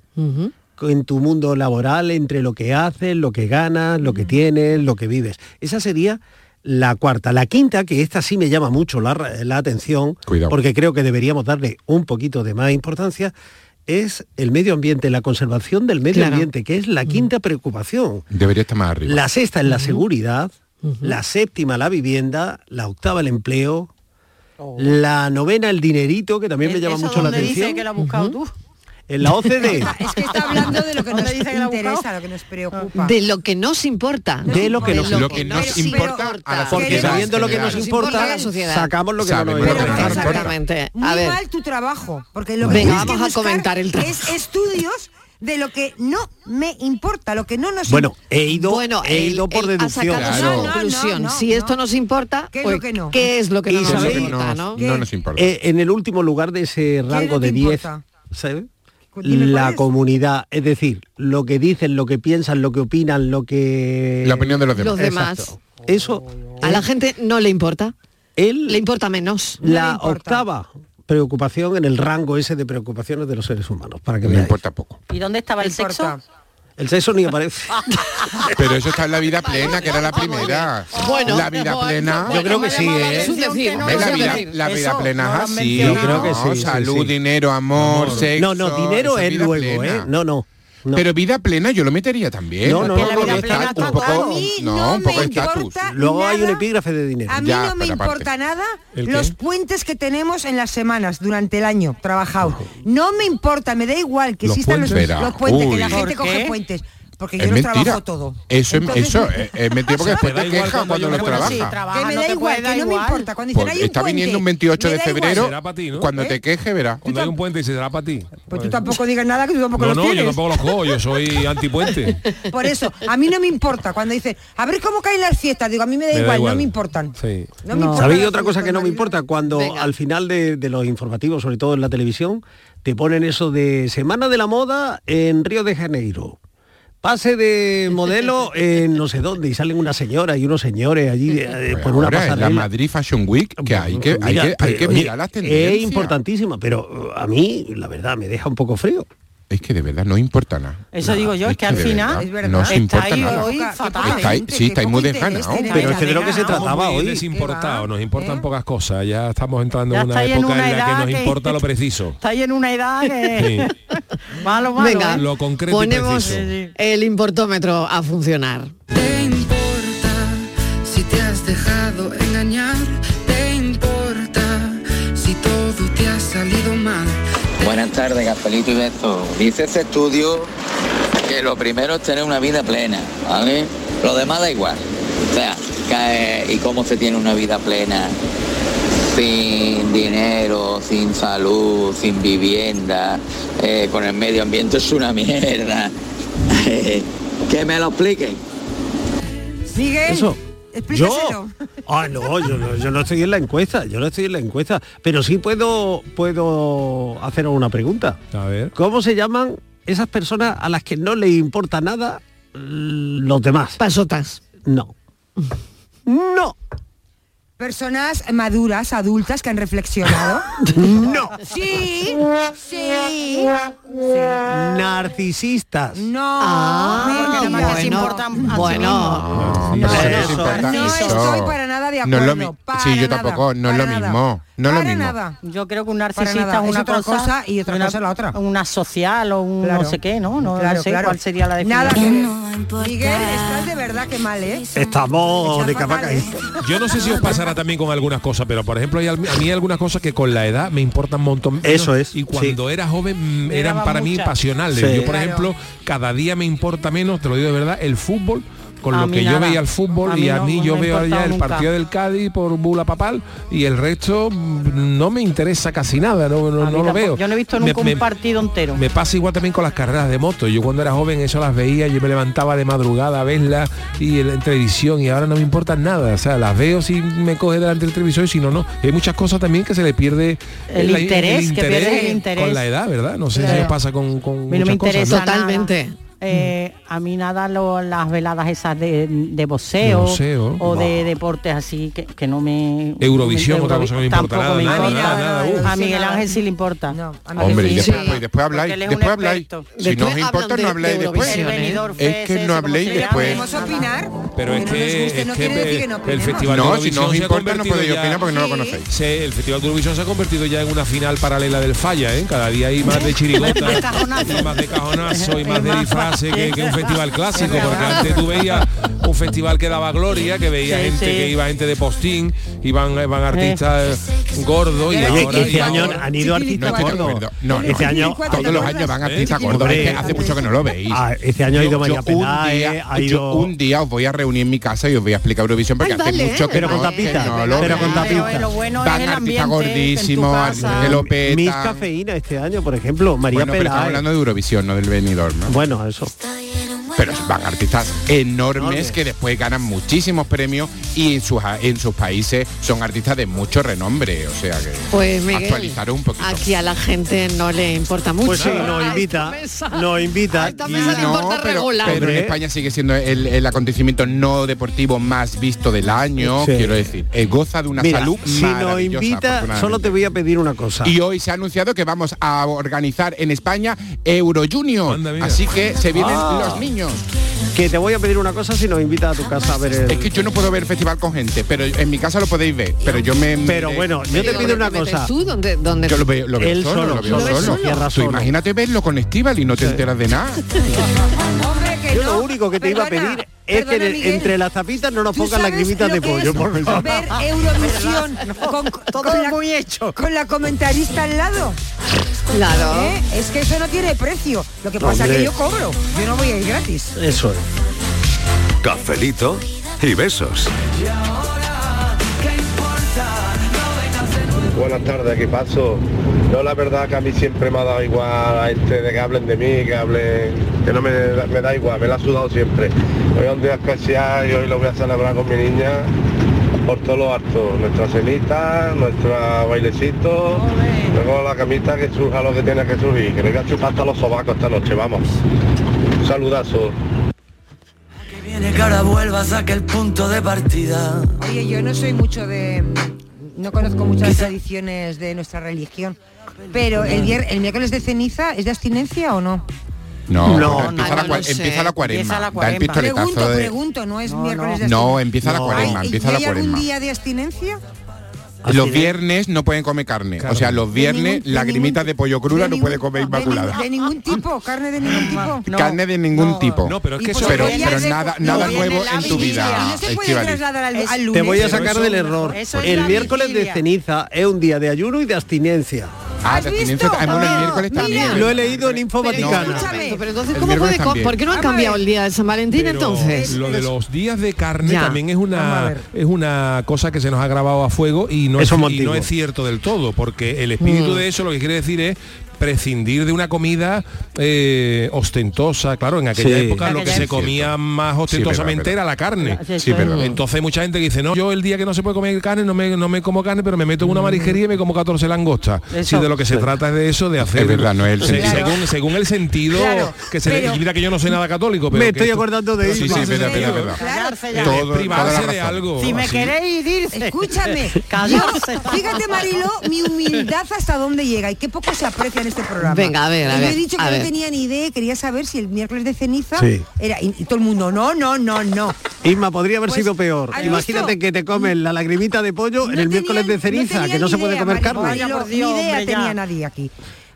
Speaker 4: en tu mundo laboral, entre lo que haces, lo que ganas,
Speaker 2: Mm.
Speaker 4: lo que tienes, lo que vives. Esa sería la cuarta. La quinta, que esta sí me llama mucho la, ra- la atención,
Speaker 5: Cuidado.
Speaker 4: porque creo que deberíamos darle un poquito de más importancia, es el medio ambiente, la conservación del medio
Speaker 5: Claro.
Speaker 4: ambiente, que es la
Speaker 2: Mm.
Speaker 4: quinta preocupación.
Speaker 5: Debería estar más arriba.
Speaker 4: La sexta es la seguridad, la séptima la vivienda, la octava el empleo,
Speaker 5: Oh.
Speaker 4: la novena el dinerito, que
Speaker 8: E-
Speaker 4: también me llama mucho la atención.
Speaker 8: que lo has buscado tú?
Speaker 4: En la
Speaker 8: *laughs*
Speaker 4: OCDE,
Speaker 9: Es que está hablando de lo que nos
Speaker 8: ¿Dónde dice que la ha
Speaker 9: interesa,
Speaker 8: buscado?
Speaker 9: lo que nos preocupa.
Speaker 2: De lo que nos importa.
Speaker 4: de lo que nos,
Speaker 5: Lo que nos importa a la
Speaker 4: Porque
Speaker 5: sociedad.
Speaker 4: sabiendo lo que nos
Speaker 5: general.
Speaker 4: importa,
Speaker 2: la sociedad.
Speaker 4: sacamos lo que no nos
Speaker 5: Sabemos lo que
Speaker 4: importa.
Speaker 5: nos
Speaker 2: Exactamente.
Speaker 9: Muy
Speaker 2: A ver.
Speaker 9: mal tu trabajo, porque lo que
Speaker 2: Venga,
Speaker 9: tienes que
Speaker 2: vamos a
Speaker 9: buscar
Speaker 2: comentar el trabajo.
Speaker 9: es estudios de lo que no me importa, lo que no nos
Speaker 4: Bueno, he ido, he
Speaker 2: él-
Speaker 4: ido por
Speaker 2: él ha
Speaker 4: deducción.
Speaker 2: sacado su conclusión. si esto nos importa,
Speaker 9: ¿Qué es
Speaker 2: pues,
Speaker 9: lo que no?
Speaker 2: ¿qué es lo que
Speaker 4: Y
Speaker 2: no nos
Speaker 4: sabéis-
Speaker 2: importa? ¿no?
Speaker 4: Eh, en el último lugar de ese rango
Speaker 2: no te
Speaker 4: de 10,
Speaker 2: importa?
Speaker 4: ¿sabes?
Speaker 2: Dime cuál
Speaker 4: La
Speaker 2: es.
Speaker 4: comunidad, es decir, lo que dicen, lo que piensan, lo que opinan, lo que...
Speaker 5: La opinión de los demás.
Speaker 2: Los demás.
Speaker 4: Exacto. Eso
Speaker 2: A la gente no le importa.
Speaker 4: Él
Speaker 2: le importa menos.
Speaker 4: la octava preocupación en el rango ese de preocupaciones de los seres humanos, para que me importa poco.
Speaker 8: ¿Y dónde estaba el sexo?
Speaker 4: El sexo ni aparece.
Speaker 2: *laughs*
Speaker 5: Pero eso está en la vida plena, que era la primera.
Speaker 8: Bueno,
Speaker 5: la vida
Speaker 8: bueno,
Speaker 5: plena.
Speaker 8: Yo creo que sí, ¿eh? Es un decir,
Speaker 5: Hombre,
Speaker 8: es
Speaker 5: la
Speaker 8: un
Speaker 5: vida,
Speaker 8: decir.
Speaker 5: la vida
Speaker 8: Eso
Speaker 5: plena
Speaker 8: no lo
Speaker 5: es
Speaker 8: han
Speaker 5: así.
Speaker 4: mencionado. Yo creo que sí, sí,
Speaker 5: Salud,
Speaker 4: sí.
Speaker 5: dinero, amor,
Speaker 4: Amor. No,
Speaker 5: sexo.
Speaker 4: no, dinero
Speaker 5: esa
Speaker 4: es
Speaker 5: vida
Speaker 4: luego, ¿eh? No, no.
Speaker 5: Pero vida plena yo lo metería también.
Speaker 4: No, no,
Speaker 5: un
Speaker 4: no,
Speaker 5: poco
Speaker 4: la
Speaker 5: de
Speaker 4: vida plena
Speaker 5: estatus, un
Speaker 4: tampoco.
Speaker 5: poco-
Speaker 4: A mí
Speaker 5: no, un poco de estatus.
Speaker 4: Luego hay un epígrafe de dinero.
Speaker 9: A mí no me importa nada
Speaker 4: ¿El qué?
Speaker 9: los puentes que tenemos en las semanas durante el año trabajado. No me importa, me da igual que
Speaker 5: Los
Speaker 9: existan los,
Speaker 5: puentes.
Speaker 9: los puentes, que la
Speaker 5: Uy.
Speaker 9: gente
Speaker 5: ¿Por
Speaker 9: coge
Speaker 5: qué?
Speaker 9: puentes. Porque
Speaker 5: Es
Speaker 9: yo los
Speaker 5: mentira.
Speaker 9: trabajo todo.
Speaker 5: Eso,
Speaker 9: Entonces-
Speaker 5: eso es, es
Speaker 9: *laughs*
Speaker 5: mentira porque después te quejas cuando lo trabajas.
Speaker 9: Que me da igual, que no me importa. Cuando dicen
Speaker 5: Pues
Speaker 9: hay un
Speaker 5: está
Speaker 9: puente,
Speaker 5: viniendo un 28
Speaker 9: me
Speaker 5: de
Speaker 9: da igual".
Speaker 5: febrero.
Speaker 7: Será pa' ti, ¿no?
Speaker 5: Cuando
Speaker 9: ¿Eh?
Speaker 5: te queje, verás.
Speaker 7: Cuando hay un puente y se será para ti.
Speaker 9: Pues tú tampoco digas nada que tú tampoco
Speaker 7: No,
Speaker 9: los
Speaker 7: no, yo
Speaker 9: tienes.
Speaker 7: tampoco los cojo, yo soy antipuente.
Speaker 9: Por eso, a mí no me importa cuando dicen, a ver cómo caen las fiestas. Digo, a mí me da, igual, no me importan. No me importa
Speaker 4: ¿Sabéis
Speaker 9: la
Speaker 4: otra cosa que no me importa? Cuando al final de, de los informativos, sobre todo en la televisión, te ponen eso de Semana de la Moda en Río de Janeiro. Pase de
Speaker 5: *laughs*
Speaker 4: modelo en no sé dónde y salen una señora y unos señores allí eh, por una
Speaker 5: Ahora, en Pues la
Speaker 4: pasarela.
Speaker 5: Madrid Fashion Week, que hay que, hay
Speaker 4: Mira,
Speaker 5: que, hay que
Speaker 4: pero, oye,
Speaker 5: mirar las tendencias.
Speaker 4: Es importantísima, pero eh, a mí, la verdad, me deja un poco frío.
Speaker 5: Es que de verdad no importa nada.
Speaker 8: Eso digo yo, es que al
Speaker 5: de
Speaker 8: final
Speaker 5: verdad, no os
Speaker 8: está
Speaker 5: importa
Speaker 8: ahí
Speaker 5: nada.
Speaker 8: hoy fatal.
Speaker 5: Estáis- sí, estáis muy desganados.
Speaker 7: Pero es que de lo que se trataba
Speaker 8: pues,
Speaker 7: hoy.
Speaker 5: Qué
Speaker 7: Desimportados, nos importan pocas cosas. Ya estamos entrando
Speaker 8: ¿Eh? Ya
Speaker 7: en una
Speaker 8: estáis
Speaker 7: época
Speaker 8: en
Speaker 7: en,
Speaker 8: una
Speaker 7: la que
Speaker 8: edad
Speaker 7: nos
Speaker 8: que-
Speaker 7: importa
Speaker 8: *laughs*
Speaker 7: lo preciso.
Speaker 8: Estáis en una edad que... malo, malo.
Speaker 2: Venga,
Speaker 8: ¿eh?
Speaker 7: Lo concreto y
Speaker 2: ponemos
Speaker 7: preciso.
Speaker 2: el importómetro a funcionar.
Speaker 21: ¿Te importa si te has dejado engañar? ¿Te importa si todo te ha salido mal?
Speaker 22: Buenas tardes, Gafelito y Beto. Dice este estudio que lo primero es tener una vida plena, ¿vale? Lo demás da igual. O sea, que, eh, ¿y cómo se tiene una vida plena? Sin dinero, sin salud, sin vivienda, eh, con el medio ambiente es una mierda. *laughs* Eh, que me lo expliquen.
Speaker 9: Miguel,
Speaker 4: Eso.
Speaker 9: explícaselo.
Speaker 4: Ah, no, yo, no- yo no estoy en la encuesta, yo no estoy en la encuesta, pero sí puedo, puedo haceros una pregunta.
Speaker 7: A ver.
Speaker 4: ¿Cómo se llaman esas personas a las que no les importa nada mm, los demás?
Speaker 2: Pasotas.
Speaker 4: No. No.
Speaker 9: Personas maduras, adultas que han *laughs* reflexionado.
Speaker 4: no.
Speaker 9: Sí, sí. sí.
Speaker 4: Narcisistas.
Speaker 9: No. Porque
Speaker 2: Ah,
Speaker 9: nada más les
Speaker 2: bueno,
Speaker 9: importan a sí
Speaker 2: bueno.
Speaker 5: No,
Speaker 4: Eso,
Speaker 5: no, importa
Speaker 9: No
Speaker 5: eso.
Speaker 9: estoy para nada de
Speaker 5: No
Speaker 9: acuerdo.
Speaker 5: es lo mi-
Speaker 9: para
Speaker 5: sí, yo
Speaker 9: nada,
Speaker 5: tampoco, no es lo
Speaker 9: para nada.
Speaker 5: mismo. No es lo
Speaker 9: Para
Speaker 5: mismo.
Speaker 9: nada.
Speaker 8: Yo creo que un
Speaker 9: Para
Speaker 8: narcisista
Speaker 9: nada,
Speaker 8: es una
Speaker 9: otra
Speaker 8: cosa,
Speaker 9: cosa y otra
Speaker 8: una,
Speaker 9: cosa la otra.
Speaker 8: Una social o un
Speaker 9: Claro.
Speaker 8: no sé qué, ¿no? No, no
Speaker 9: Claro,
Speaker 8: sé
Speaker 9: claro.
Speaker 8: cuál sería la definición.
Speaker 9: Nada que
Speaker 8: Nada
Speaker 9: Miguel, estás de verdad que mal, ¿eh?
Speaker 4: Estamos de capa caída.
Speaker 7: Yo no sé si os pasará también con algunas cosas, pero por ejemplo, hay al- a mí hay algunas cosas que con la edad me importan un montón. menos,
Speaker 4: Eso es,
Speaker 7: Y cuando era joven mm, eran
Speaker 4: daban
Speaker 7: para mí
Speaker 4: muchas.
Speaker 7: pasionales.
Speaker 4: Sí.
Speaker 7: Yo, por
Speaker 4: Claro.
Speaker 7: ejemplo, cada día me importa menos, te lo digo de verdad, el fútbol. Con
Speaker 8: A
Speaker 7: lo
Speaker 8: mí
Speaker 7: que yo
Speaker 8: nada.
Speaker 7: veía el fútbol
Speaker 8: A mí
Speaker 7: y a
Speaker 8: no,
Speaker 7: mí
Speaker 8: no
Speaker 7: yo
Speaker 8: me ha
Speaker 7: veo
Speaker 8: importado
Speaker 7: ya el
Speaker 8: nunca.
Speaker 7: partido del Cádiz por Bula Papal y el resto mm, no me interesa casi nada, no, no-
Speaker 8: A mí
Speaker 7: no lo
Speaker 8: tampoco.
Speaker 7: veo.
Speaker 8: Yo no he visto
Speaker 7: Me-
Speaker 8: nunca
Speaker 7: me-
Speaker 8: un partido entero.
Speaker 7: me pasa igual también con las carreras de moto. Yo cuando era joven eso las veía, yo me levantaba de madrugada a verlas y en, en televisión y ahora no me importan nada. O sea, las veo si me coge delante del televisor y si no, no. Y hay muchas cosas también que se le pierde
Speaker 8: El
Speaker 7: la-
Speaker 8: interés, que pierdes el interés.
Speaker 7: Con la edad, ¿verdad? No sé si
Speaker 8: Claro.
Speaker 7: os pasa con, con
Speaker 8: A mí no me
Speaker 7: muchas cosas,
Speaker 8: interesa
Speaker 7: ¿no?
Speaker 8: nada. Eh, a mí nada lo- las veladas esas de, de
Speaker 7: De
Speaker 8: boxeo,
Speaker 7: boxeo.
Speaker 8: o de
Speaker 7: Bah.
Speaker 8: deportes así que, que no me
Speaker 7: Eurovisión, otra cosa que no me importa
Speaker 8: tampoco
Speaker 7: nada, nada,
Speaker 8: importa.
Speaker 7: nada, nada,
Speaker 8: a Miguel Ángel sí le importa
Speaker 5: Hombre, y
Speaker 8: Sí.
Speaker 5: después, y después habláis,
Speaker 8: Porque él es un
Speaker 5: después habláis.
Speaker 8: experto.
Speaker 5: Si no os
Speaker 8: Después
Speaker 5: importa,
Speaker 8: hablan
Speaker 5: no
Speaker 8: de-
Speaker 5: habláis
Speaker 8: de
Speaker 5: después.
Speaker 8: Eurovisión, ¿eh?
Speaker 5: Es que no habléis después.
Speaker 9: Podemos opinar.
Speaker 7: Pero es que,
Speaker 9: guste,
Speaker 7: es
Speaker 9: no
Speaker 7: que
Speaker 9: quiere decir
Speaker 7: el-
Speaker 9: que no
Speaker 7: el
Speaker 9: opinemos.
Speaker 7: festival
Speaker 5: No,
Speaker 7: de
Speaker 5: si
Speaker 7: Eurovisión
Speaker 5: no os
Speaker 7: se ha
Speaker 5: importa, no
Speaker 7: convertido
Speaker 5: podéis
Speaker 7: ya-
Speaker 5: opinar porque no lo conocéis.
Speaker 7: Se- el festival de Eurovisión se ha convertido ya en una final paralela del falla, ¿eh? Cada día hay más de chirigota, y más de cajonazo y más de disfraces que, que un festival clásico, porque antes tú veías
Speaker 5: un festival que daba gloria, que veía
Speaker 7: Sí,
Speaker 5: gente,
Speaker 7: sí.
Speaker 5: que iba gente de postín, iban, iban artistas gordos y
Speaker 4: Oye,
Speaker 5: ahora...
Speaker 4: que este
Speaker 5: y
Speaker 4: año
Speaker 5: ahora-
Speaker 4: han ido artistas
Speaker 5: No estoy de
Speaker 4: gordos.
Speaker 5: acuerdo. No, no,
Speaker 4: Este
Speaker 5: no.
Speaker 4: año-
Speaker 5: todos los años van artistas gordos.
Speaker 4: Hombre.
Speaker 5: Es que hace mucho que no lo veis.
Speaker 4: Ah, este año ha ido María
Speaker 5: un
Speaker 4: Peláez,
Speaker 5: día-
Speaker 4: ha
Speaker 5: yo
Speaker 4: ido-
Speaker 5: un día os voy a reunir en mi casa y os voy a explicar Eurovisión porque
Speaker 4: Ay,
Speaker 5: hace
Speaker 4: vale,
Speaker 5: mucho que
Speaker 4: pero
Speaker 5: no,
Speaker 4: con tapita,
Speaker 5: que no lo
Speaker 4: pero con
Speaker 5: veo.
Speaker 4: tapita. Pero, eh,
Speaker 8: lo bueno es
Speaker 5: Van
Speaker 8: el
Speaker 5: artistas
Speaker 8: ambiente, que en tu
Speaker 5: gordísimos,
Speaker 8: casa-
Speaker 5: que lo petan.
Speaker 4: Miss Cafeína este año, por ejemplo, María
Speaker 5: Bueno, pero estamos
Speaker 4: Peláez.
Speaker 5: hablando de Eurovisión, no del Benidorm, ¿no?
Speaker 4: Bueno, eso.
Speaker 5: Pero van artistas enormes
Speaker 4: Enormes.
Speaker 5: que después ganan muchísimos premios y en sus, en sus países son artistas de mucho renombre, o sea que
Speaker 2: Pues Miguel,
Speaker 5: actualizaron un poquito.
Speaker 2: aquí a la gente no le importa mucho.
Speaker 5: Pues sí, nos
Speaker 4: invita, nos invita.
Speaker 2: esta mesa le importa
Speaker 5: pero,
Speaker 2: regular.
Speaker 5: pero en España sigue siendo el, el acontecimiento no deportivo más visto del año,
Speaker 4: Sí.
Speaker 5: quiero decir. eh, goza de una
Speaker 4: Mira,
Speaker 5: salud
Speaker 4: si nos
Speaker 5: maravillosa,
Speaker 4: invita,
Speaker 5: afortunadamente.
Speaker 4: solo te voy a pedir una cosa.
Speaker 5: Y hoy se ha anunciado que vamos a organizar en España Euro Junior. Así que se vienen
Speaker 4: Ah.
Speaker 5: los niños.
Speaker 4: Que te voy a pedir una cosa si nos invita a tu casa a ver el...
Speaker 5: Es que yo no puedo ver festival con gente, pero en mi casa lo podéis ver. Pero yo me.
Speaker 4: Pero
Speaker 5: me-
Speaker 4: bueno, yo
Speaker 2: ¿Dónde
Speaker 4: te pido una
Speaker 2: te metes
Speaker 4: cosa.
Speaker 2: ¿Tú dónde, dónde-
Speaker 5: Yo lo veo, lo veo
Speaker 4: Él
Speaker 5: solo,
Speaker 4: solo,
Speaker 5: lo veo
Speaker 4: lo ves
Speaker 5: solo.
Speaker 4: solo. Tierra
Speaker 5: Tú
Speaker 4: solo.
Speaker 5: imagínate verlo con Estival y no te enteras de nada.
Speaker 4: Yo lo único que te iba a pedir es que en el- entre las tapitas no nos
Speaker 9: ¿Tú
Speaker 4: pongan
Speaker 9: sabes
Speaker 4: lagrimitas
Speaker 9: lo
Speaker 4: de
Speaker 9: que
Speaker 4: pollo,
Speaker 9: Ah, es
Speaker 4: por favor.
Speaker 9: Ver Eurovisión con, con la, muy hecho. Con la comentarista al lado.
Speaker 2: Claro.
Speaker 9: ¿Eh? Es que eso no tiene precio. Lo que pasa es que
Speaker 23: Hombre.
Speaker 9: yo cobro. Yo no voy a ir gratis.
Speaker 23: Eso es. Cafelito y besos.
Speaker 13: Buenas tardes, ¿qué paso? No, la verdad que a mí siempre me ha dado igual a este de que hablen de mí, que hablen... Que no me, da- me da igual, me la ha sudado siempre. Hoy es un día especial y hoy lo voy a celebrar con mi niña por todo lo harto. Nuestra cenita, nuestro bailecito, luego la camita que surja lo que tiene que surgir. Que le voy a chupar hasta los sobacos esta noche, vamos. Un saludazo.
Speaker 24: Viene que ahora vuelvas a aquel punto de partida.
Speaker 9: Oye, yo no soy mucho de... No conozco muchas tradiciones de nuestra religión. Pero el, vier- el miércoles de ceniza, ¿es de abstinencia o no?
Speaker 5: No,
Speaker 4: No,
Speaker 5: porque empieza,
Speaker 4: no,
Speaker 5: la,
Speaker 4: no
Speaker 5: cua-
Speaker 4: lo sé.
Speaker 5: empieza la cuaresma.
Speaker 4: Empieza la
Speaker 5: Da el
Speaker 4: cuaresma.
Speaker 5: pistoletazo
Speaker 9: Pregunto,
Speaker 5: de-
Speaker 9: pregunto, no es miércoles de
Speaker 5: No,
Speaker 9: abstinencia.
Speaker 5: empieza la cuaresma,
Speaker 9: Ay, ¿y
Speaker 5: empieza la
Speaker 9: ¿Hay algún
Speaker 5: cuaresma.
Speaker 9: día de abstinencia?
Speaker 5: Los viernes no pueden comer carne. O sea, los viernes lagrimitas de pollo cruda no puede comer inmaculada.
Speaker 9: De ningún tipo, carne de ningún tipo.
Speaker 5: carne de ningún tipo. No,
Speaker 9: pero es que eso-
Speaker 5: pero,
Speaker 9: Porque ya
Speaker 5: pero
Speaker 9: se-
Speaker 5: nada,
Speaker 9: no,
Speaker 5: nada
Speaker 9: viene
Speaker 5: nuevo
Speaker 9: la
Speaker 5: en tu
Speaker 9: vigilia,
Speaker 5: vida.
Speaker 9: no se puede
Speaker 5: Estivali.
Speaker 9: trasladar al- al
Speaker 4: Te
Speaker 9: lunes.
Speaker 4: voy a
Speaker 9: Pero
Speaker 4: sacar
Speaker 9: eso-
Speaker 4: del error.
Speaker 9: eso es
Speaker 4: El
Speaker 9: la
Speaker 4: miércoles de
Speaker 9: vigilia.
Speaker 4: ceniza es un día de ayuno y de abstinencia.
Speaker 5: Ah, de abstinencia visto? también, bueno, el miércoles Mira. también.
Speaker 4: Lo he leído en Info
Speaker 5: Pero
Speaker 4: Vaticana.
Speaker 5: escúchame,
Speaker 2: Pero, pero
Speaker 5: El
Speaker 2: entonces, ¿cómo
Speaker 5: miércoles
Speaker 2: puede, co-
Speaker 5: también.
Speaker 2: ¿por qué no han cambiado el día de San Valentín entonces?
Speaker 5: Lo de los días de carne
Speaker 2: Ya.
Speaker 5: también es
Speaker 2: Vamos a
Speaker 5: una
Speaker 2: ver.
Speaker 5: es una cosa que se nos ha grabado a fuego y no, es,
Speaker 4: Eso es
Speaker 5: y
Speaker 4: antiguo.
Speaker 5: no es cierto del todo, porque el espíritu
Speaker 4: Mm.
Speaker 5: de eso lo que quiere decir es prescindir de una comida eh, ostentosa, claro, en aquella
Speaker 4: Sí.
Speaker 5: época lo que
Speaker 4: Aquella
Speaker 5: se
Speaker 4: época.
Speaker 5: comía más ostentosamente
Speaker 4: verdad,
Speaker 5: era la carne.
Speaker 4: Sí, Sí, verdad. verdad.
Speaker 5: Entonces mucha gente que dice, no, yo el día que no se puede comer carne no me, no me como carne, pero me meto en una marijería y me como 14 langostas.
Speaker 4: Eso.
Speaker 5: Si de lo que se
Speaker 4: Sí.
Speaker 5: trata es de eso, de hacer...
Speaker 4: verdad, no es el
Speaker 5: se-
Speaker 4: sentido.
Speaker 5: según, según el sentido
Speaker 4: Claro,
Speaker 5: que se le-
Speaker 4: pero-
Speaker 5: y Mira que yo no soy nada católico, pero...
Speaker 4: Me
Speaker 5: que
Speaker 4: estoy
Speaker 5: esto-
Speaker 4: acordando de
Speaker 5: Sí,
Speaker 4: Isma.
Speaker 5: sí, verdad, verdad, verdad.
Speaker 9: Callarse
Speaker 5: ya. Todo- toda la razón.
Speaker 8: Si me
Speaker 5: Así.
Speaker 8: queréis irse.
Speaker 9: Escúchame,
Speaker 8: Callarse.
Speaker 9: yo- fíjate Marilo, mi humildad hasta dónde llega y qué poco se aprecia en este programa.
Speaker 2: Venga, a ver, a
Speaker 9: Y Yo he
Speaker 2: ver,
Speaker 9: dicho que
Speaker 2: a
Speaker 9: no
Speaker 2: ver.
Speaker 9: tenía ni idea, y quería saber si el miércoles de ceniza
Speaker 4: Sí.
Speaker 9: era y, y todo el mundo no, no, no, no.
Speaker 4: Isma, podría haber
Speaker 9: Pues,
Speaker 4: sido peor.
Speaker 9: ¿has
Speaker 4: Imagínate que te comen la lagrimita de pollo en el miércoles de ceniza, que no se puede comer carne.
Speaker 9: Marilo, ni idea tenía nadie aquí.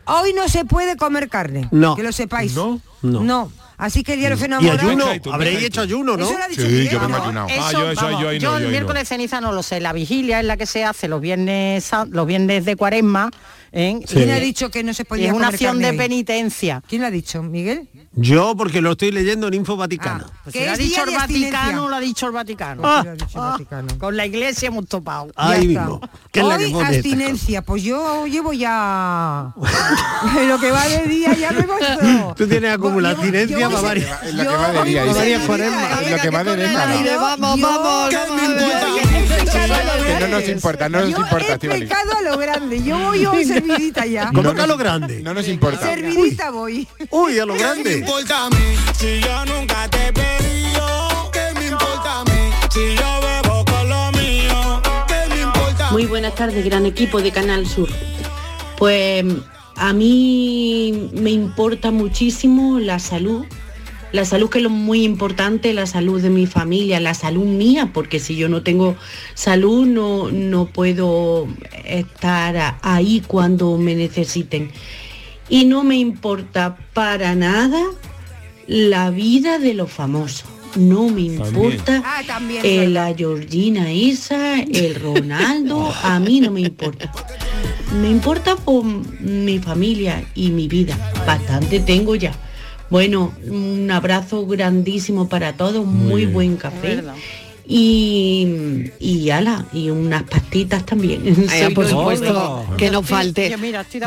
Speaker 9: Hoy no se puede comer carne.
Speaker 4: No.
Speaker 9: Que lo sepáis.
Speaker 4: No, no.
Speaker 9: Así que el día de los
Speaker 4: Y
Speaker 9: enamorados.
Speaker 4: ayuno, habréis hecho ayuno, ¿no?
Speaker 9: Eso lo ha dicho
Speaker 4: Sí,
Speaker 9: Miguel.
Speaker 4: yo me he
Speaker 9: No,
Speaker 4: ayunado.
Speaker 9: eso-
Speaker 5: Ah, yo eso,
Speaker 8: Vamos,
Speaker 5: yo ahí no, yo
Speaker 8: yo
Speaker 5: ahí
Speaker 8: el
Speaker 5: no.
Speaker 8: miércoles de ceniza no lo sé, la vigilia es la que se hace los viernes san- los viernes de cuaresma. ¿eh?
Speaker 4: Sí. ¿Quién
Speaker 9: ha dicho que no se podía
Speaker 8: Es una
Speaker 9: comer
Speaker 8: acción
Speaker 9: carne
Speaker 8: de
Speaker 9: hoy?
Speaker 8: penitencia.
Speaker 9: ¿Quién lo ha dicho? ¿Miguel?
Speaker 4: Yo, porque lo estoy leyendo en Info Vaticana.
Speaker 8: Pues
Speaker 9: ¿Qué
Speaker 8: si lo ha
Speaker 9: es
Speaker 8: dicho
Speaker 9: día
Speaker 8: el
Speaker 9: de abstinencia?
Speaker 8: Vaticano, lo ha dicho el Vaticano. Ah, Con la iglesia hemos topado.
Speaker 4: Ahí
Speaker 8: Ya está.
Speaker 4: mismo. que es la que
Speaker 9: Hoy
Speaker 4: pone esta
Speaker 9: abstinencia, pues yo llevo ya *laughs* lo que va de día ya me he puesto.
Speaker 4: cosa. Tú tienes acumulada abstinencia para varias.
Speaker 5: En la que va de día.
Speaker 4: Para varias
Speaker 5: Isma.
Speaker 4: cuaresmas.
Speaker 5: En la que va de década.
Speaker 2: Aire, vamos, vamos.
Speaker 5: Que no nos importa, no nos importa, Estivali.
Speaker 9: Pecado a lo grande. Yo voy a servidita ya.
Speaker 5: No nos-
Speaker 4: a lo grande?
Speaker 5: No nos importa.
Speaker 9: Servidita voy.
Speaker 4: Uy, a lo
Speaker 6: ¿Qué me importa a mí si yo nunca te he pedido? ¿Qué me importa a mí si yo bebo con lo mío? ¿Qué me importa a mí?
Speaker 16: Muy buenas tardes, gran equipo de Canal Sur. Pues a mí me importa muchísimo la salud. La salud que es lo muy importante, la salud de mi familia, la salud mía, porque si yo no tengo salud no, no puedo estar a- ahí cuando me necesiten. Y no me importa para nada la vida de los famosos. no me importa.
Speaker 9: Ah, también.
Speaker 16: Eh, la Georgina esa, el Ronaldo, a mí no me importa. Me importa por mi familia y mi vida. Bastante tengo ya. Bueno, un abrazo grandísimo para todos, muy, buen café. Y, y ala, y unas pastitas también. *laughs*
Speaker 2: Eh,
Speaker 16: Soy
Speaker 2: por
Speaker 16: yo.
Speaker 2: supuesto, que no falte.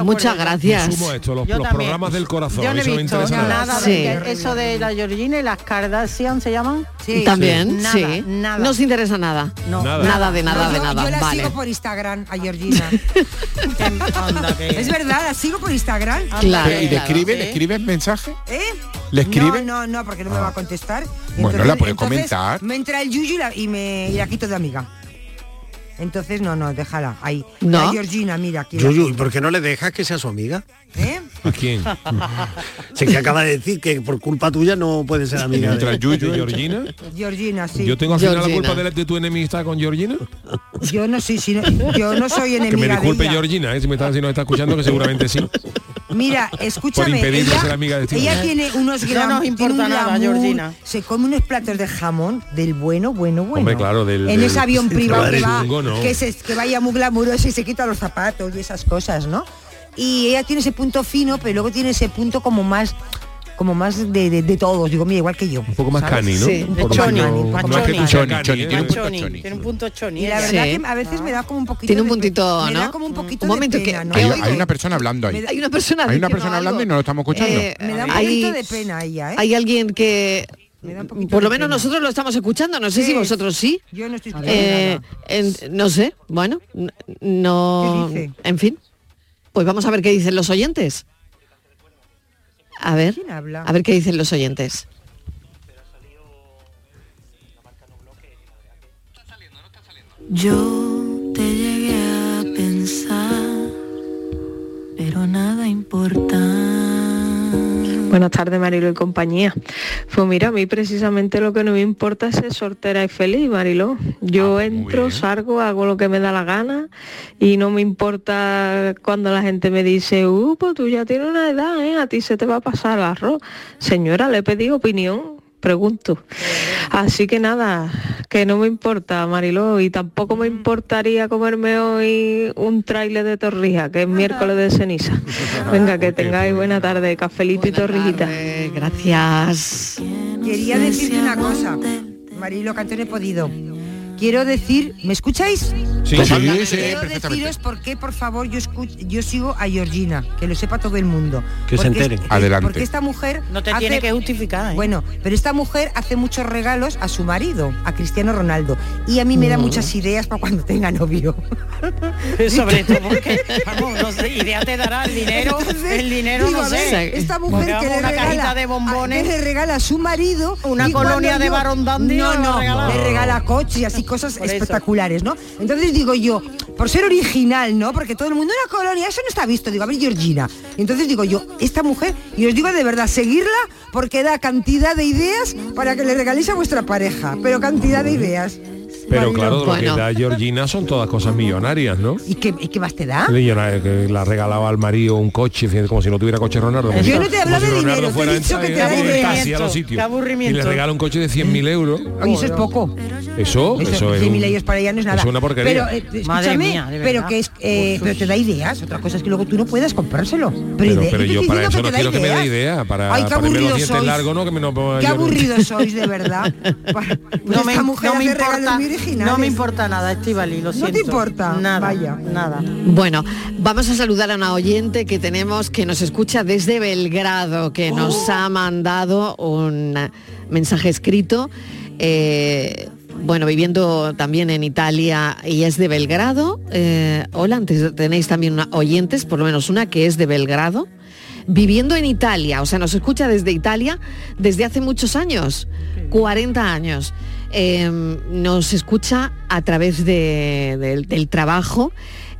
Speaker 2: Muchas gracias.
Speaker 7: Me sumo a esto, los,
Speaker 10: Yo
Speaker 7: los
Speaker 10: también.
Speaker 7: programas del corazón.
Speaker 10: Yo no he
Speaker 7: eso me
Speaker 10: visto
Speaker 7: interesa
Speaker 10: nada,
Speaker 7: nada.
Speaker 10: de eso de la Georgina y las Kardashian se llaman.
Speaker 2: También,
Speaker 10: Nada,
Speaker 2: sí.
Speaker 10: Nada.
Speaker 2: Nos interesa nada.
Speaker 7: Nada.
Speaker 2: Nada de nada,
Speaker 9: No,
Speaker 2: de
Speaker 9: yo,
Speaker 2: nada.
Speaker 9: Yo la
Speaker 2: vale.
Speaker 9: sigo por Instagram a Georgina.
Speaker 5: que-
Speaker 9: es verdad, la sigo por Instagram.
Speaker 5: Pero, ¿Y le escribe, le escribe mensaje?
Speaker 9: ¿Eh?
Speaker 5: ¿Le escribe?
Speaker 9: No, no, no, porque no
Speaker 7: Ah.
Speaker 9: me va a contestar.
Speaker 5: Bueno, la puede comentar.
Speaker 9: Me entra el yuyu y, la- y me y la quito de amiga. Entonces, no, no, déjala ahí.
Speaker 4: No.
Speaker 9: La Georgina, mira, aquí. la-
Speaker 4: Yuyu, ¿y por qué no le dejas que sea su amiga?
Speaker 9: ¿Eh?
Speaker 4: *laughs*
Speaker 7: ¿A quién?
Speaker 4: Sí, que acaba de decir que por culpa tuya no puede ser amiga.
Speaker 7: Mientras
Speaker 4: de-
Speaker 7: Yuyu y Georgina.
Speaker 9: Georgina, sí.
Speaker 7: Yo tengo al final la culpa de, la- de tu enemistad con Georgina.
Speaker 9: Yo no soy, sino- yo no soy
Speaker 7: Que me
Speaker 9: enemiga de
Speaker 7: disculpe
Speaker 9: ella.
Speaker 7: Georgina, eh, si, me está, si nos está escuchando, que seguramente sí. *laughs*
Speaker 9: Mira, escúchame.
Speaker 7: impedirme
Speaker 9: ella,
Speaker 7: ser amiga de este
Speaker 9: ella
Speaker 7: hombre.
Speaker 9: tiene unos
Speaker 10: No
Speaker 9: gramos.
Speaker 10: nos importa nada, Georgina.
Speaker 9: Se come unos platos de jamón del bueno, bueno, bueno.
Speaker 7: Hombre, claro, del-
Speaker 9: en
Speaker 7: del-
Speaker 9: ese avión
Speaker 7: del
Speaker 9: privado que va,
Speaker 7: chungo, ¿no?
Speaker 9: que, se, que vaya muy glamuroso y se quita los zapatos y esas cosas, ¿no? Y ella tiene ese punto fino, pero luego tiene ese punto como más como más de, de, de todos, digo, mira, igual que yo. Un
Speaker 7: poco más cani, ¿no?
Speaker 9: Sí,
Speaker 7: Por lo
Speaker 9: choni,
Speaker 7: menos,
Speaker 9: más
Speaker 7: más que
Speaker 9: choni.
Speaker 7: tú seas cani, ¿eh?
Speaker 10: Tiene un punto choni.
Speaker 9: Y la
Speaker 10: ella.
Speaker 9: verdad que a
Speaker 5: Ah.
Speaker 9: veces me da como un poquito
Speaker 2: Tiene un
Speaker 9: de pe-
Speaker 2: puntito,
Speaker 9: me
Speaker 2: ¿no?
Speaker 9: da como un poquito
Speaker 2: Un momento,
Speaker 9: de
Speaker 2: que-
Speaker 9: pena, ¿no?
Speaker 5: Hay, hay una persona hablando ahí.
Speaker 2: Hay una persona
Speaker 5: Hay una
Speaker 2: diciendo
Speaker 5: persona hablando
Speaker 2: algo.
Speaker 5: y no lo estamos escuchando.
Speaker 2: Eh,
Speaker 9: Me da un
Speaker 2: hay-
Speaker 9: poquito de pena ella, ¿eh?
Speaker 2: Hay alguien que... Por lo menos nosotros lo estamos escuchando, no sé si vosotros sí.
Speaker 9: Yo no estoy
Speaker 2: Eh, en- no sé, bueno, n- no...
Speaker 9: ¿Qué dice?
Speaker 2: En fin, pues vamos a ver qué dicen los oyentes. A ver,
Speaker 9: ¿Quién habla?
Speaker 2: a ver qué dicen los oyentes.
Speaker 6: Yo te llegué a pensar, pero nada importa.
Speaker 17: Buenas tardes, Marilo y compañía. Pues mira, a mí precisamente lo que no me importa es ser soltera y feliz, Marilo. Yo entro, salgo, hago lo que me da la gana y no me importa cuando la gente me dice, uh, pues tú ya tienes una edad, ¿eh? A ti se te va a pasar el arroz. Señora, le pedí opinión, pregunto. Así que nada, que no me importa, Mariló, y tampoco me importaría comerme hoy un trailer de torrija, que es miércoles de ceniza. Venga, que tengáis buena tarde, cafelito y torrijita.
Speaker 2: gracias.
Speaker 9: Quería decirte una cosa, Marilo, que antes no he podido. Quiero decir, ¿me escucháis? Pues
Speaker 5: Sí, sí, sí,
Speaker 9: Quiero
Speaker 5: perfectamente.
Speaker 9: deciros por qué, por favor, yo, escuch- yo sigo a Georgina, que lo sepa todo el mundo.
Speaker 5: Que se
Speaker 9: Porque
Speaker 5: enteren.
Speaker 9: es-
Speaker 5: Adelante.
Speaker 9: Porque esta mujer... No
Speaker 10: te tiene que justificar. ¿eh?
Speaker 9: Bueno, pero esta mujer hace muchos regalos a su marido, a Cristiano Ronaldo. Y a mí me da
Speaker 10: Mm.
Speaker 9: muchas ideas para cuando tenga novio.
Speaker 10: Sobre
Speaker 9: *laughs*
Speaker 10: todo porque, vamos, no sé, idea te dará el
Speaker 6: *laughs*
Speaker 10: dinero,
Speaker 9: Entonces,
Speaker 10: el dinero
Speaker 9: digo,
Speaker 10: no
Speaker 9: a ver,
Speaker 10: sé.
Speaker 9: Esta mujer
Speaker 10: Porque
Speaker 9: que
Speaker 10: vamos,
Speaker 9: le
Speaker 10: una
Speaker 9: regala
Speaker 10: cajita de bombones.
Speaker 9: a- que le regala a su marido
Speaker 10: Una
Speaker 9: y cuando
Speaker 10: colonia de
Speaker 9: yo-
Speaker 10: Barón Dandy
Speaker 9: No,
Speaker 10: no le
Speaker 9: no,
Speaker 10: regala.
Speaker 9: le regala coches y así cosas espectaculares, ¿no? Entonces digo yo, por ser original, ¿no? Porque todo el mundo una colonia, eso no está visto, digo, a ver Georgina. Entonces digo yo, esta mujer, y os digo de verdad, seguirla porque da cantidad de ideas para que le regaléis a vuestra pareja, pero cantidad de ideas.
Speaker 7: Pero claro, lo que
Speaker 9: Bueno.
Speaker 7: da Georgina son todas cosas millonarias, ¿no?
Speaker 9: ¿Y qué, y qué más te da?
Speaker 7: Millonarias, que la regalaba al marido un coche, fíjate, como si no tuviera coche Ronaldo. como
Speaker 9: Yo
Speaker 7: si-
Speaker 9: no te he hablado
Speaker 7: como si
Speaker 9: de
Speaker 7: Ronaldo
Speaker 9: dinero, te he
Speaker 7: fuera en-
Speaker 9: dicho que te
Speaker 7: en-
Speaker 9: da
Speaker 7: en
Speaker 9: dinero.
Speaker 7: taxi a los
Speaker 9: Qué
Speaker 7: sitios. Y
Speaker 9: aburrimiento.
Speaker 7: le regala un coche de 100.000 euros.
Speaker 9: Y eso es poco.
Speaker 7: Eso, Oh, eso, es
Speaker 9: cien
Speaker 7: un-
Speaker 9: mil euros para ella no es nada.
Speaker 7: es una porquería.
Speaker 9: Pero, eh,
Speaker 7: Madre
Speaker 9: escúchame,
Speaker 7: mía, de verdad.
Speaker 9: pero que es, eh, pero te da ideas. Otra cosa es que luego tú no puedas comprárselo. Pero,
Speaker 7: Pero,
Speaker 9: ide-
Speaker 7: pero
Speaker 9: yo te
Speaker 7: yo
Speaker 9: estoy
Speaker 7: para
Speaker 9: diciendo
Speaker 7: eso no
Speaker 9: que te
Speaker 7: quiero
Speaker 9: da
Speaker 7: que me dé
Speaker 9: ideas.
Speaker 7: idea, para
Speaker 9: Ay, qué
Speaker 7: ponerme los
Speaker 9: aburridos
Speaker 7: dientes
Speaker 9: sois.
Speaker 7: largos, no, que me no puedo-
Speaker 9: Qué
Speaker 7: yo-
Speaker 9: aburridos sois, de
Speaker 2: *laughs*
Speaker 9: verdad.
Speaker 10: No me,
Speaker 9: esta mujer
Speaker 10: no me
Speaker 9: hace regalos
Speaker 10: importa,
Speaker 9: muy originales.
Speaker 10: no me importa nada, Estivali, lo
Speaker 9: No te
Speaker 10: siento.
Speaker 9: importa,
Speaker 10: Nada,
Speaker 9: vaya.
Speaker 10: nada.
Speaker 2: Bueno, vamos a saludar a una oyente que tenemos que nos escucha desde Belgrado, que nos ha mandado un mensaje escrito, eh, bueno, viviendo también en Italia y es de Belgrado. Eh, hola, antes tenéis también una, oyentes, por lo menos una que es de Belgrado, viviendo en Italia, o sea, nos escucha desde Italia desde hace muchos años, 40 años. Eh, nos escucha a través de- del- del trabajo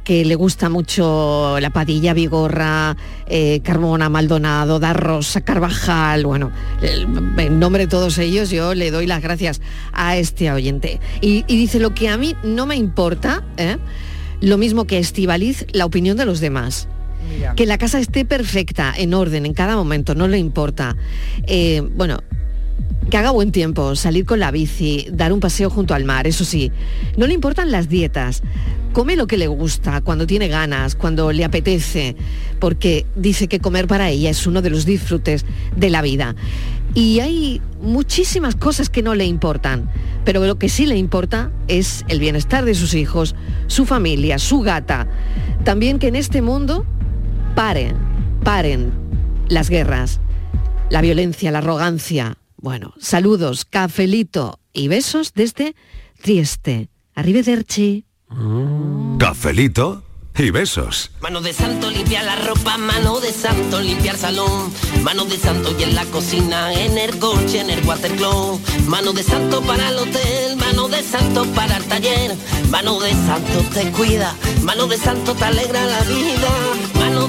Speaker 2: que le gusta mucho la Padilla, Vigorra, eh, Carmona, Maldonado, Darrosa, Carvajal, bueno, el- en nombre de todos ellos yo le doy las gracias a este oyente. Y, y dice, lo que a mí no me importa, ¿eh? lo mismo que a Estivaliz, la opinión de los demás. Que la casa esté perfecta, en orden, en cada momento, no le importa. Eh, bueno, Que haga buen tiempo, salir con la bici, dar un paseo junto al mar, eso sí. No le importan las dietas. Come lo que le gusta, cuando tiene ganas, cuando le apetece, porque dice que comer para ella es uno de los disfrutes de la vida. Y hay muchísimas cosas que no le importan, pero lo que sí le importa es el bienestar de sus hijos, su familia, su gata. También que en este mundo paren, paren las guerras, la violencia, la arrogancia. Bueno, saludos, cafelito y besos desde Trieste. Arrivederci.
Speaker 25: Cafelito y besos.
Speaker 3: Mano de santo limpia la ropa, mano de santo limpia el salón, mano de santo y en la cocina, en el coche, en el watercloak, mano de santo para el hotel, mano de santo para el taller, mano de santo te cuida, mano de santo te alegra la vida, mano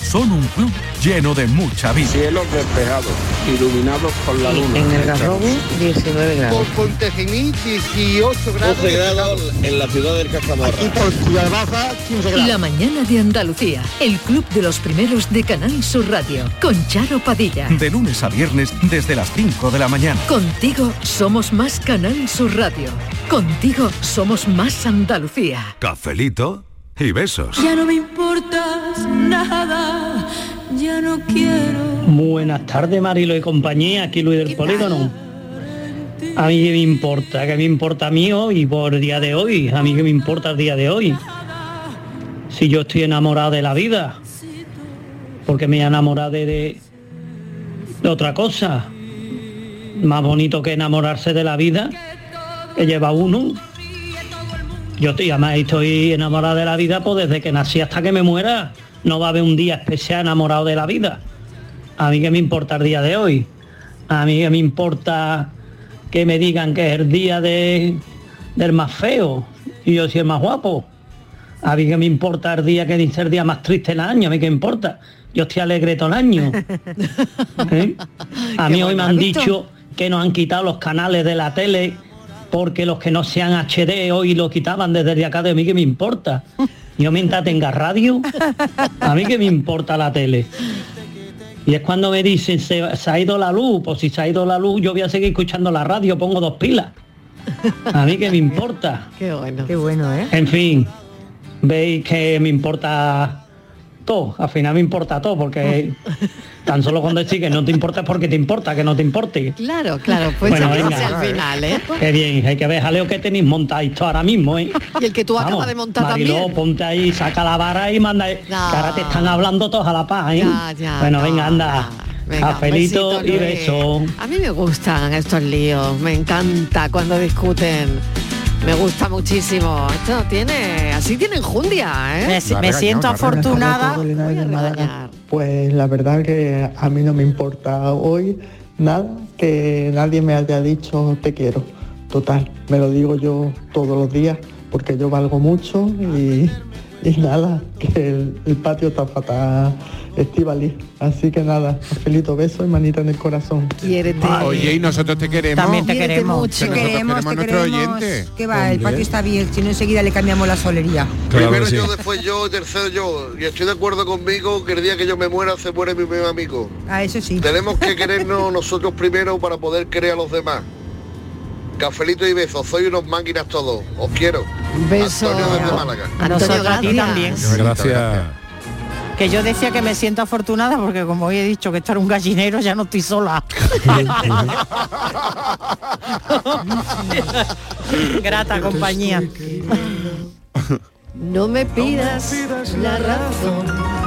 Speaker 23: Son un club lleno de mucha vida.
Speaker 11: Cielos despejados, iluminados por la luna.
Speaker 26: En el Garrobo, 19 grados.
Speaker 27: Por Pontejimí, 18 grados.
Speaker 11: 12 grados en la ciudad del Cazamarra.
Speaker 27: Y por Ciudad Baja, 15 grados.
Speaker 28: La mañana de Andalucía, el club de los primeros de Canal Sur Radio, con Charo Padilla.
Speaker 23: De lunes a viernes desde las 5 de la mañana.
Speaker 28: Contigo somos más Canal Sur Radio. Contigo somos más Andalucía.
Speaker 25: Cafelito y besos.
Speaker 6: Ya no me importas nada, ya no quiero.
Speaker 29: Buenas tardes Marilo y compañía, aquí Luis del Polígono. A mí que me importa, que me importa a mí hoy por el día de hoy, a mí que me importa el día de hoy. Si yo estoy enamorada de la vida, porque me he enamorado de, de, de otra cosa. Más bonito que enamorarse de la vida que lleva uno. Yo estoy, además estoy enamorada de la vida pues desde que nací hasta que me muera. No va a haber un día especial enamorado de la vida. A mí que me importa el día de hoy. A mí que me importa que me digan que es el día de, del más feo y yo soy el más guapo. A mí que me importa el día que dice el día más triste del año, a mí que me importa. Yo estoy alegre todo el
Speaker 30: *laughs*
Speaker 29: año. ¿Eh? A mí
Speaker 30: Qué
Speaker 29: hoy me han
Speaker 30: bonito.
Speaker 29: dicho que nos han quitado los canales de la tele porque los que no sean HD hoy lo quitaban desde de acá de mí que me importa. Yo mientras tenga radio, a mí que me importa la tele. Y es cuando me dicen, se, se ha ido la luz, pues si se ha ido la luz, yo voy a seguir escuchando la radio, pongo dos pilas. A mí que me importa.
Speaker 2: Qué bueno.
Speaker 29: Qué bueno, ¿eh? En fin, veis que me importa todo. Al final me importa todo,
Speaker 2: *laughs*
Speaker 29: porque tan solo cuando decís que no te importa es porque te importa, que no te importe.
Speaker 2: Claro, claro, pues
Speaker 29: Bueno,
Speaker 2: ya
Speaker 29: venga.
Speaker 2: al final, ¿eh?
Speaker 29: Qué bien, hay que ver jaleo que tenéis montadito ahora mismo, ¿eh?
Speaker 2: Y el que tú acabas
Speaker 29: Vamos,
Speaker 2: de montar
Speaker 29: Mariló,
Speaker 2: también.
Speaker 29: ponte ahí, saca la vara y manda. eh, Que ahora te están hablando todos a la paz, ¿eh?
Speaker 2: Ya, ya,
Speaker 29: bueno,
Speaker 2: no,
Speaker 29: venga, anda.
Speaker 2: Venga,
Speaker 29: Cafelito
Speaker 2: besito,
Speaker 29: y
Speaker 2: Luis.
Speaker 29: beso.
Speaker 2: A mí me gustan estos líos, me encanta cuando discuten. Me gusta muchísimo. Esto tiene, así tienen jundia, ¿eh?
Speaker 31: Me si- me Barraca, siento barraca. afortunada.
Speaker 2: Voy a regañar.
Speaker 30: Pues la verdad que a mí no me importa hoy nada que nadie me haya dicho te quiero. Total, me lo digo yo todos los días porque yo valgo mucho y, Y nada, que el, el patio está fatal, Estivali. Así que nada, felito beso y manita en el corazón.
Speaker 2: Quiérete.
Speaker 5: Oye, y nosotros te queremos.
Speaker 10: También te Quiérete queremos. mucho.
Speaker 5: Que nosotros
Speaker 9: Queremos,
Speaker 5: queremos a
Speaker 9: te
Speaker 5: nuestro
Speaker 9: queremos.
Speaker 5: oyente.
Speaker 9: Que va, el patio está bien, si no enseguida le cambiamos la solería.
Speaker 26: Primero yo, después yo, tercero yo. Y estoy de acuerdo conmigo que el día que yo me muera se muere mi primer amigo.
Speaker 9: Ah, eso sí. *laughs*
Speaker 26: Tenemos que querernos nosotros primero para poder querer a los demás. Cafelito y besos, soy unos máquinas todos. Os quiero.
Speaker 2: Beso.
Speaker 26: Antonio desde Málaga.
Speaker 10: A nosotros a ti también.
Speaker 7: Gracias.
Speaker 10: Que yo decía que me siento afortunada porque como hoy he dicho que estar un gallinero ya no estoy
Speaker 2: *laughs*
Speaker 10: sola. Grata compañía.
Speaker 2: No me pidas la razón.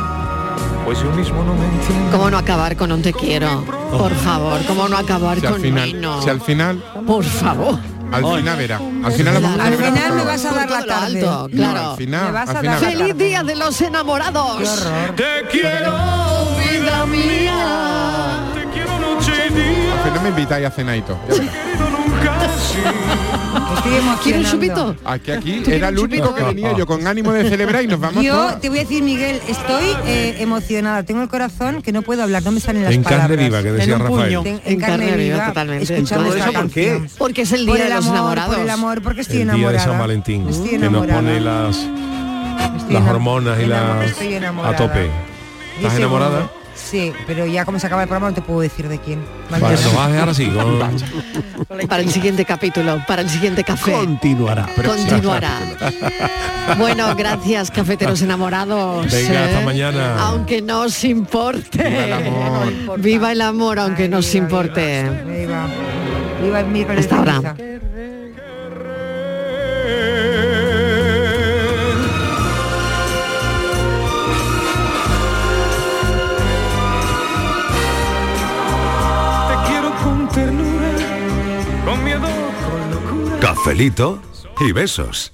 Speaker 1: Pues yo mismo no me entiendo.
Speaker 2: ¿Cómo no acabar con un te quiero? Por favor, ¿cómo no acabar
Speaker 5: Si al
Speaker 2: con
Speaker 5: final,
Speaker 2: no?
Speaker 5: si al final,
Speaker 2: Por favor.
Speaker 5: al final verá. Al final la vamos a
Speaker 9: Al
Speaker 5: celebrar
Speaker 9: final me
Speaker 5: todos.
Speaker 9: vas a dar la tarde.
Speaker 2: Alto,
Speaker 5: No,
Speaker 2: claro.
Speaker 5: al final,
Speaker 9: Me vas
Speaker 5: al
Speaker 9: a
Speaker 5: final.
Speaker 9: dar-
Speaker 2: ¡Feliz día de los enamorados! Oh,
Speaker 1: Te quiero,
Speaker 2: vida mía.
Speaker 1: te quiero noche y día.
Speaker 5: Al final me invitáis a cenar y todo. Ya verás.
Speaker 1: Querido nunca así.
Speaker 9: Estoy
Speaker 2: ¿Quiere un
Speaker 9: emocionado.
Speaker 2: chupito?
Speaker 5: Aquí, aquí era el único
Speaker 2: chupito?
Speaker 5: que venía yo con ánimo de celebrar y nos vamos
Speaker 9: Yo
Speaker 5: todas.
Speaker 9: te voy a decir, Miguel, estoy eh, emocionada. Tengo el corazón que no puedo hablar, no me salen las
Speaker 7: En
Speaker 9: palabras.
Speaker 7: carne viva, que decía
Speaker 10: un
Speaker 7: Rafael.
Speaker 9: Ten-
Speaker 2: En carne viva, totalmente.
Speaker 9: Escuchando
Speaker 2: ¿Todo
Speaker 9: esta
Speaker 2: eso por
Speaker 4: qué?
Speaker 9: canción.
Speaker 2: Porque es el día
Speaker 9: Por el
Speaker 2: de los
Speaker 9: amor,
Speaker 2: enamorados.
Speaker 9: por el amor, porque estoy
Speaker 7: El día
Speaker 9: enamorada.
Speaker 7: de San Valentín,
Speaker 9: Estoy
Speaker 7: que nos
Speaker 9: enamorada.
Speaker 7: pone las,
Speaker 9: Estoy
Speaker 7: las
Speaker 9: enam-
Speaker 7: hormonas y
Speaker 9: enamor-
Speaker 7: las
Speaker 9: estoy enamorada.
Speaker 7: a tope.
Speaker 9: Y
Speaker 7: ¿Estás
Speaker 9: ese
Speaker 7: enamorada?
Speaker 9: hombre- Sí, pero ya como se acaba el programa no te puedo decir de quién.
Speaker 7: Vale,
Speaker 9: Mañana.
Speaker 7: nos vas a dejar así. con-
Speaker 2: Para el siguiente capítulo, para el siguiente café.
Speaker 7: Continuará.
Speaker 2: Continuará. Bueno, gracias, cafeteros enamorados. ¿eh?
Speaker 7: Venga, hasta mañana.
Speaker 2: Aunque no os importe.
Speaker 5: Viva el amor.
Speaker 2: Viva el amor, aunque
Speaker 9: Ay,
Speaker 2: no os
Speaker 9: viva,
Speaker 2: importe.
Speaker 9: Viva, viva el miércoles
Speaker 2: Hasta
Speaker 9: de
Speaker 2: ahora.
Speaker 9: ceniza.
Speaker 1: Te quiero con ternura, con miedo, con locura.
Speaker 32: Cafelito y besos.